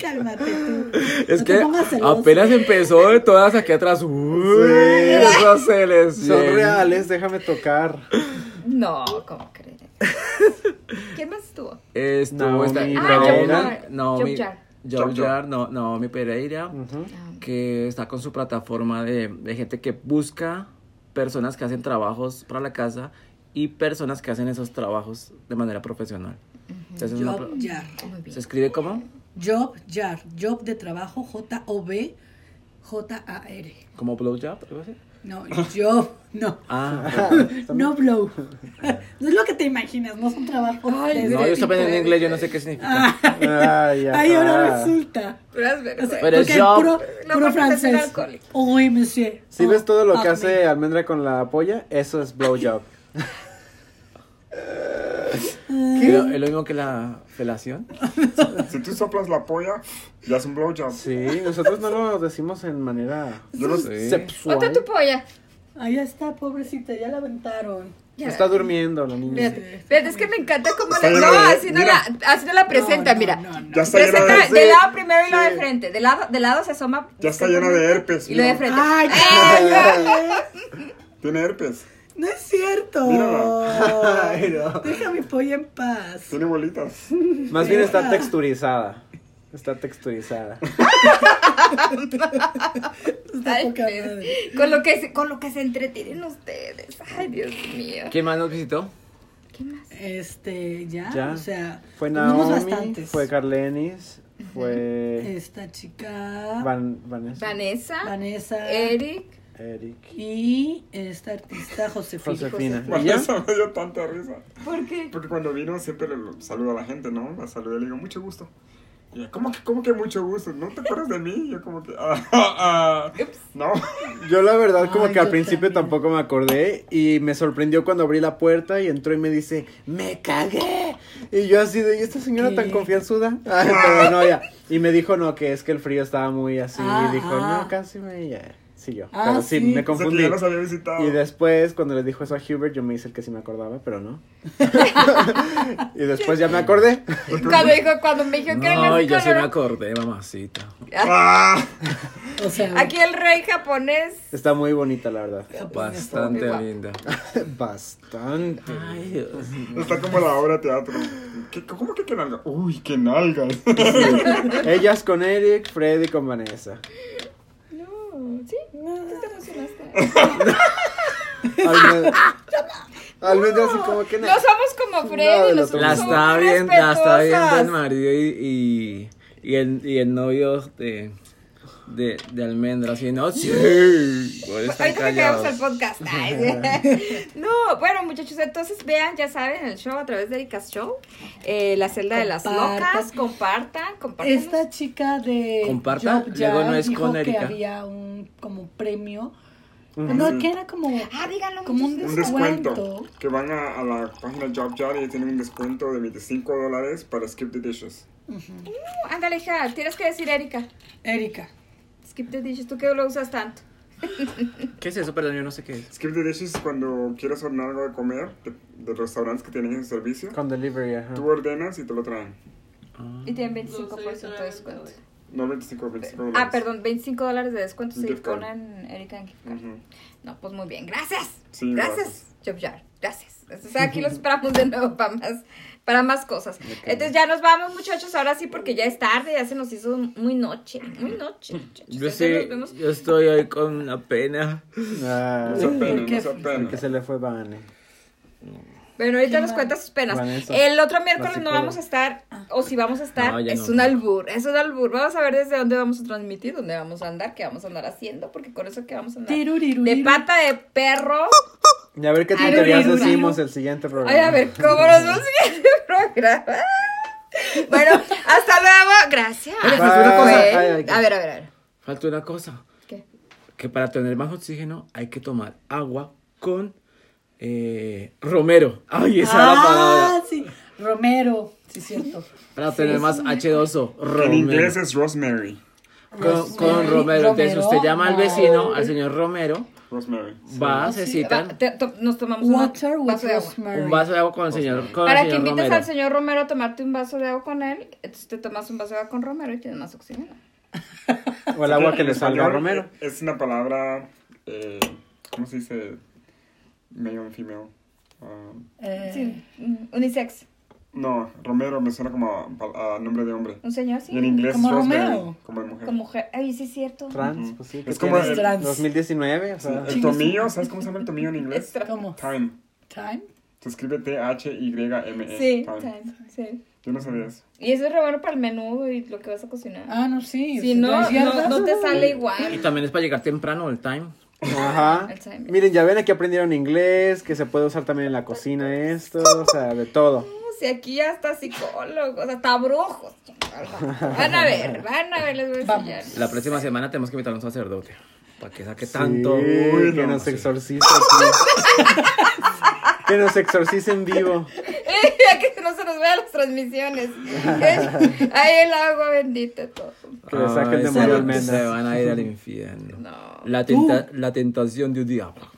Speaker 3: Cálmate tú.
Speaker 5: Es
Speaker 3: No te
Speaker 5: que
Speaker 3: pongas celoso.
Speaker 5: apenas empezó de todas aquí atrás. Uy, eso se les
Speaker 4: Son
Speaker 5: viene.
Speaker 4: reales, déjame tocar.
Speaker 1: No, ¿cómo crees? ¿Quién más estuvo?
Speaker 5: Estuvo
Speaker 4: Naomi
Speaker 5: esta-
Speaker 1: Pereira.
Speaker 4: Ah,
Speaker 1: Job Jar.
Speaker 5: No,
Speaker 1: Job
Speaker 5: mi-
Speaker 1: Jar.
Speaker 5: Job
Speaker 2: Job Jar.
Speaker 5: Jar, no, Naomi Pereira,
Speaker 4: Ujú.
Speaker 3: Ah,
Speaker 5: que está con su plataforma de, de gente que busca personas que hacen trabajos para la casa y personas que hacen esos trabajos de manera profesional. Entonces, es una
Speaker 3: Job
Speaker 5: pla-
Speaker 3: Jar.
Speaker 1: Muy bien.
Speaker 5: ¿Se escribe cómo?
Speaker 3: Job Jar. Job de trabajo J O B J A R.
Speaker 5: ¿Como blowjob? algo así?
Speaker 3: No, Job, no.
Speaker 5: Ah,
Speaker 3: No blow. No es lo que te imaginas, no son trabajos.
Speaker 1: Ay, Ah.
Speaker 3: de
Speaker 5: no,
Speaker 3: ese
Speaker 5: yo
Speaker 3: tipo.
Speaker 5: estaba en inglés, yo no sé qué significa.
Speaker 4: Ay, ajá.
Speaker 3: Ay, ahora resulta.
Speaker 1: Puras vergüenzas.
Speaker 3: O sea,
Speaker 5: Pero
Speaker 3: porque es
Speaker 5: Job-
Speaker 3: puro,
Speaker 1: No,
Speaker 3: puro
Speaker 1: porque es un
Speaker 3: francés.
Speaker 1: alcohólico.
Speaker 3: Uy, monsieur.
Speaker 4: Si ves todo lo que
Speaker 3: Ah,
Speaker 4: hace Almendra con la polla, eso es blowjob.
Speaker 5: Pero, ¿Es lo mismo que la felación?
Speaker 2: Si tú soplas la polla, ya es un blowjob.
Speaker 4: Sí, nosotros no lo decimos en manera
Speaker 2: Yo no sé. ¿eh?
Speaker 1: Ponte tu
Speaker 4: sexual.
Speaker 1: polla.
Speaker 3: Ahí está, pobrecita, ya la aventaron.
Speaker 1: Ya.
Speaker 4: Está durmiendo la niña.
Speaker 1: Fíjate, fíjate, es que me encanta cómo
Speaker 2: Está
Speaker 1: la-
Speaker 2: lleno
Speaker 1: No,
Speaker 2: de-
Speaker 1: así no,
Speaker 2: mira.
Speaker 1: la, así no la presenta,
Speaker 3: No, no,
Speaker 1: mira.
Speaker 3: no, no.
Speaker 2: Ya está llena
Speaker 1: Presenta
Speaker 2: de...
Speaker 1: de lado primero y lo de
Speaker 4: sí.
Speaker 1: frente. De lado, de lado se asoma.
Speaker 2: Ya está llena de herpes.
Speaker 1: Y lo de
Speaker 2: mira.
Speaker 1: frente.
Speaker 3: Ay,
Speaker 1: Eh,
Speaker 2: Tiene herpes.
Speaker 3: no es cierto.
Speaker 2: Mírala.
Speaker 4: Ay, no.
Speaker 3: Deja mi polla en paz.
Speaker 2: Tiene bolitas.
Speaker 4: Más bien está texturizada. Está texturizada.
Speaker 3: Está
Speaker 1: Ay,
Speaker 3: poca
Speaker 1: Dios.
Speaker 3: madre.
Speaker 1: con lo que se, con lo que se entretienen ustedes. Ay, Dios mío.
Speaker 5: ¿Quién más nos visitó?
Speaker 1: ¿Qué más?
Speaker 3: Este, ya,
Speaker 4: Ya.
Speaker 3: o sea,
Speaker 4: Fue
Speaker 3: tuvimos
Speaker 4: Naomi,
Speaker 3: bastantes.
Speaker 4: fue Carlenis, fue
Speaker 3: Esta chica,
Speaker 4: Van, Vanessa,
Speaker 1: Vanessa,
Speaker 3: Vanessa,
Speaker 1: Eric,
Speaker 4: Eric,
Speaker 3: y esta artista Josefina.
Speaker 4: Josefina. ¿Y ya?
Speaker 2: Vanessa me dio tanta risa.
Speaker 1: ¿por qué?
Speaker 2: Porque cuando vino siempre le saludo a la gente, ¿no? La saludé y le digo, mucho gusto. Y ella, ¿cómo que, cómo que mucho gusto? ¿No te acuerdas de mí? Y Yo como que, ah, ah, ah. No.
Speaker 4: Yo la verdad como
Speaker 3: Ay,
Speaker 4: que al
Speaker 3: yo
Speaker 4: principio
Speaker 3: también.
Speaker 4: tampoco me acordé y me sorprendió cuando abrí la puerta y entró y me dice, me cagué. Y yo así de, ¿y esta señora
Speaker 3: ¿Qué?
Speaker 4: tan confianzuda? Ay, pero no, ya. Y me dijo, no, que es que el frío estaba muy así.
Speaker 3: Ah,
Speaker 4: y dijo,
Speaker 3: ah.
Speaker 4: no, casi me... Ya. Sí, yo.
Speaker 3: Ah,
Speaker 4: pero sí,
Speaker 3: sí.
Speaker 4: me
Speaker 2: O sea, que
Speaker 4: confundí.
Speaker 2: ya los había visitado.
Speaker 4: Y después, cuando le dijo eso a Hubert, yo me hice el que sí me acordaba, pero no. y después ya me acordé.
Speaker 1: Cuando dijo, cuando me dijo que era
Speaker 5: No, yo sí me
Speaker 1: mexicano,
Speaker 5: acordé, mamacita.
Speaker 2: Ah.
Speaker 3: O sea,
Speaker 1: Aquí el rey japonés.
Speaker 4: Está muy bonita, la verdad.
Speaker 1: Pues,
Speaker 5: Bastante linda.
Speaker 4: Bastante.
Speaker 5: Ay, Dios.
Speaker 2: Está como la obra de teatro. ¿Qué- ¿Cómo que qué nalga? Uy, qué nalga.
Speaker 4: Ellas con Eric, Freddy con Vanessa.
Speaker 1: No, sí, tú te emocionaste.
Speaker 4: Almendra, Almendra así como que...
Speaker 1: No
Speaker 4: na-
Speaker 1: somos como Freddy,
Speaker 4: No,
Speaker 1: no,
Speaker 4: del otro
Speaker 1: somos
Speaker 5: La
Speaker 4: Son
Speaker 5: está
Speaker 1: muy
Speaker 5: bien, la está viendo el
Speaker 1: respetuosas.
Speaker 5: marido y, y, y el, y el novio de, de, de almendra. Así, no, sí. Por eso están
Speaker 1: Ahorita que llegamos al
Speaker 5: callados.
Speaker 1: podcast. Ay, sí. no, bueno, muchachos, entonces vean, ya saben, el show a través de Ericas Show, eh, la celda de las
Speaker 3: Compartan.
Speaker 1: locas, compartan, compartan.
Speaker 3: esta chica de
Speaker 5: Comparta,
Speaker 3: Job
Speaker 5: luego
Speaker 3: Jar
Speaker 5: no es
Speaker 3: dijo
Speaker 5: con
Speaker 3: que
Speaker 5: Erika.
Speaker 3: había un como premio, no, que era como,
Speaker 1: Ah, díganlo,
Speaker 3: como un
Speaker 2: Un
Speaker 1: muchachos.
Speaker 2: descuento.
Speaker 3: Descuento.
Speaker 2: Que van a, a la página JobJar y tienen un descuento de 25 dólares para Skip the Dishes.
Speaker 1: Uh, Ándale, hija, tienes que decir Erika.
Speaker 3: Erika,
Speaker 1: Skip the dishes, tú que lo usas tanto.
Speaker 5: ¿Qué es eso? Perdón, yo no sé qué es.
Speaker 2: Skip the Dishes es cuando quieres ordenar algo de comer de, de restaurantes que tienen ese servicio.
Speaker 4: Con delivery, ajá.
Speaker 2: Tú ordenas y te lo traen.
Speaker 1: Y tienen
Speaker 6: No
Speaker 1: 25%
Speaker 6: sé,
Speaker 1: de descuento.
Speaker 6: solamente,
Speaker 2: No, 25, 25
Speaker 1: Ah,
Speaker 2: dólares.
Speaker 1: perdón, 25 dólares de descuento si
Speaker 2: Gift card.
Speaker 1: ponen Erika en gift card.
Speaker 2: Ujú.
Speaker 1: No, pues muy bien. Gracias.
Speaker 2: Sí,
Speaker 1: gracias, Job Jar. Gracias. O sea, aquí los esperamos de nuevo para más, para más cosas. Entonces ya nos vamos, muchachos. Ahora sí, porque ya es tarde, ya se nos hizo muy noche. Muy noche. muchachos.
Speaker 5: Yo
Speaker 1: Entonces
Speaker 5: sí,
Speaker 1: nos vemos.
Speaker 5: yo estoy hoy con la pena.
Speaker 4: Ah,
Speaker 2: No se apenen,
Speaker 3: porque-
Speaker 2: no se apenen.
Speaker 4: que se le fue Vane.
Speaker 1: Bueno, ahorita nos cuenta sus penas.
Speaker 4: Vanessa,
Speaker 1: El otro
Speaker 4: la
Speaker 1: miércoles no
Speaker 4: psicóloga.
Speaker 1: vamos a estar, o si vamos a estar,
Speaker 5: No, ya
Speaker 1: es
Speaker 5: no.
Speaker 1: un albur, es un albur. Vamos a ver desde dónde vamos a transmitir, dónde vamos a andar, qué vamos a andar haciendo, porque con eso que vamos a andar. De
Speaker 3: Tirurirurirú.
Speaker 1: pata de perro.
Speaker 4: Y a ver qué
Speaker 1: Ay,
Speaker 4: tonterías
Speaker 1: Lulu, Lulu.
Speaker 4: decimos el siguiente programa.
Speaker 1: Ay, a ver, ¿cómo nos vamos a siguiente programa? Bueno, hasta luego. Gracias.
Speaker 5: Oye, pues, una cosa.
Speaker 1: Fue-
Speaker 4: Ay, ay,
Speaker 1: A ver, a ver, a ver.
Speaker 5: Falta una cosa,
Speaker 1: ¿Qué?
Speaker 5: que para tener más oxígeno hay que tomar agua con eh, romero. Ay, esa era la palabra.
Speaker 3: Ah, sí. Romero, sí, cierto.
Speaker 5: Para tener más H2O.
Speaker 2: En
Speaker 5: Romero.
Speaker 2: inglés es Rosemary.
Speaker 5: Con, con romero. Entonces usted llama al vecino, al señor Romero,
Speaker 2: Rosemary.
Speaker 5: va, se citan.
Speaker 1: Va, te- to- nos tomamos un
Speaker 3: Water with
Speaker 1: vaso de agua.
Speaker 3: rosemary.
Speaker 5: Un vaso de agua con el señor, con
Speaker 1: Para
Speaker 5: el
Speaker 1: que
Speaker 5: señor
Speaker 1: invites
Speaker 5: Romero.
Speaker 1: al señor Romero a tomarte un vaso de agua con él, entonces te tomas un vaso de agua con Romero y tienes más oxígeno.
Speaker 4: O el agua que
Speaker 2: En
Speaker 4: le salga a
Speaker 2: español
Speaker 4: Romero.
Speaker 2: Es una palabra, eh, ¿cómo se dice? Male and female. Um,
Speaker 3: Eh,
Speaker 1: Sí, mm, unisex.
Speaker 2: no, Romero me suena como a, pal- a nombre de hombre.
Speaker 1: Un señor, sí.
Speaker 2: Y en inglés
Speaker 3: Como
Speaker 2: es Rosemary,
Speaker 3: Romeo.
Speaker 2: como de mujer.
Speaker 1: Con mujer. Ay, sí, es cierto.
Speaker 4: Trans,
Speaker 2: Ujú.
Speaker 4: pues sí.
Speaker 2: Es
Speaker 4: ¿qué
Speaker 2: como
Speaker 4: tiene?
Speaker 3: el- Trans.
Speaker 4: 2019, o sea.
Speaker 2: El tomillo, ¿sabes cómo se llama el tomillo en inglés?
Speaker 1: Extra.
Speaker 3: ¿Cómo?
Speaker 2: Time.
Speaker 3: Time.
Speaker 2: Se escribe T-H-Y-M-E.
Speaker 1: Sí,
Speaker 2: E. time.
Speaker 1: time, sí.
Speaker 2: Yo no sabía eso.
Speaker 1: Y eso es Romero para el menú y lo que vas a cocinar.
Speaker 3: Ah, no, sí.
Speaker 1: Si no, no,
Speaker 3: las hierbas.
Speaker 1: no te sale
Speaker 5: Y
Speaker 1: igual.
Speaker 5: también es para llegar temprano el time.
Speaker 4: Ajá.
Speaker 1: Alzheimer.
Speaker 4: Miren, ya ven, aquí aprendieron inglés, que se puede usar también en la cocina esto, o sea, de todo.
Speaker 1: Si aquí ya está psicólogos, hasta brujos. Van a ver, van a ver, les voy a enseñar.
Speaker 5: La próxima semana tenemos que invitar a un sacerdote. Para que saque tanto.
Speaker 4: Sí,
Speaker 2: Uy,
Speaker 4: que
Speaker 2: no,
Speaker 4: nos
Speaker 2: sí.
Speaker 4: exorcice aquí. que nos exorcice en vivo.
Speaker 1: Ya que no se nos vean las transmisiones. Ahí el agua bendita todo.
Speaker 4: Que le saque el
Speaker 5: Ay,
Speaker 4: demonio
Speaker 5: se-
Speaker 4: al menos.
Speaker 5: Se van a ir al infierno.
Speaker 1: No.
Speaker 5: La, tenta- la tentación de un diablo.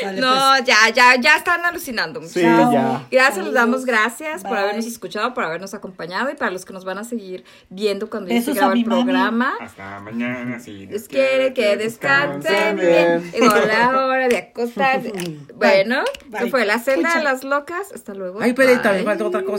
Speaker 3: Sale, pues,
Speaker 1: No, ya, ya, ya están alucinando.
Speaker 4: Sí,
Speaker 1: muchachos.
Speaker 3: Chao.
Speaker 4: ya.
Speaker 1: Gracias, les damos gracias por
Speaker 3: Bye.
Speaker 1: habernos escuchado, por habernos acompañado y para los que nos van a seguir viendo cuando yo se
Speaker 3: Besos a
Speaker 1: graba el
Speaker 3: mi mami.
Speaker 1: programa.
Speaker 2: Hasta mañana, si
Speaker 1: Dios quiere que descansen bien. Llegó la hora de acostarse. Bueno,
Speaker 3: Bye.
Speaker 1: esto fue la celda de
Speaker 3: Escucha.
Speaker 1: las locas. Hasta luego.
Speaker 5: Ay, pero
Speaker 1: Bye.
Speaker 5: también falta otra cosa.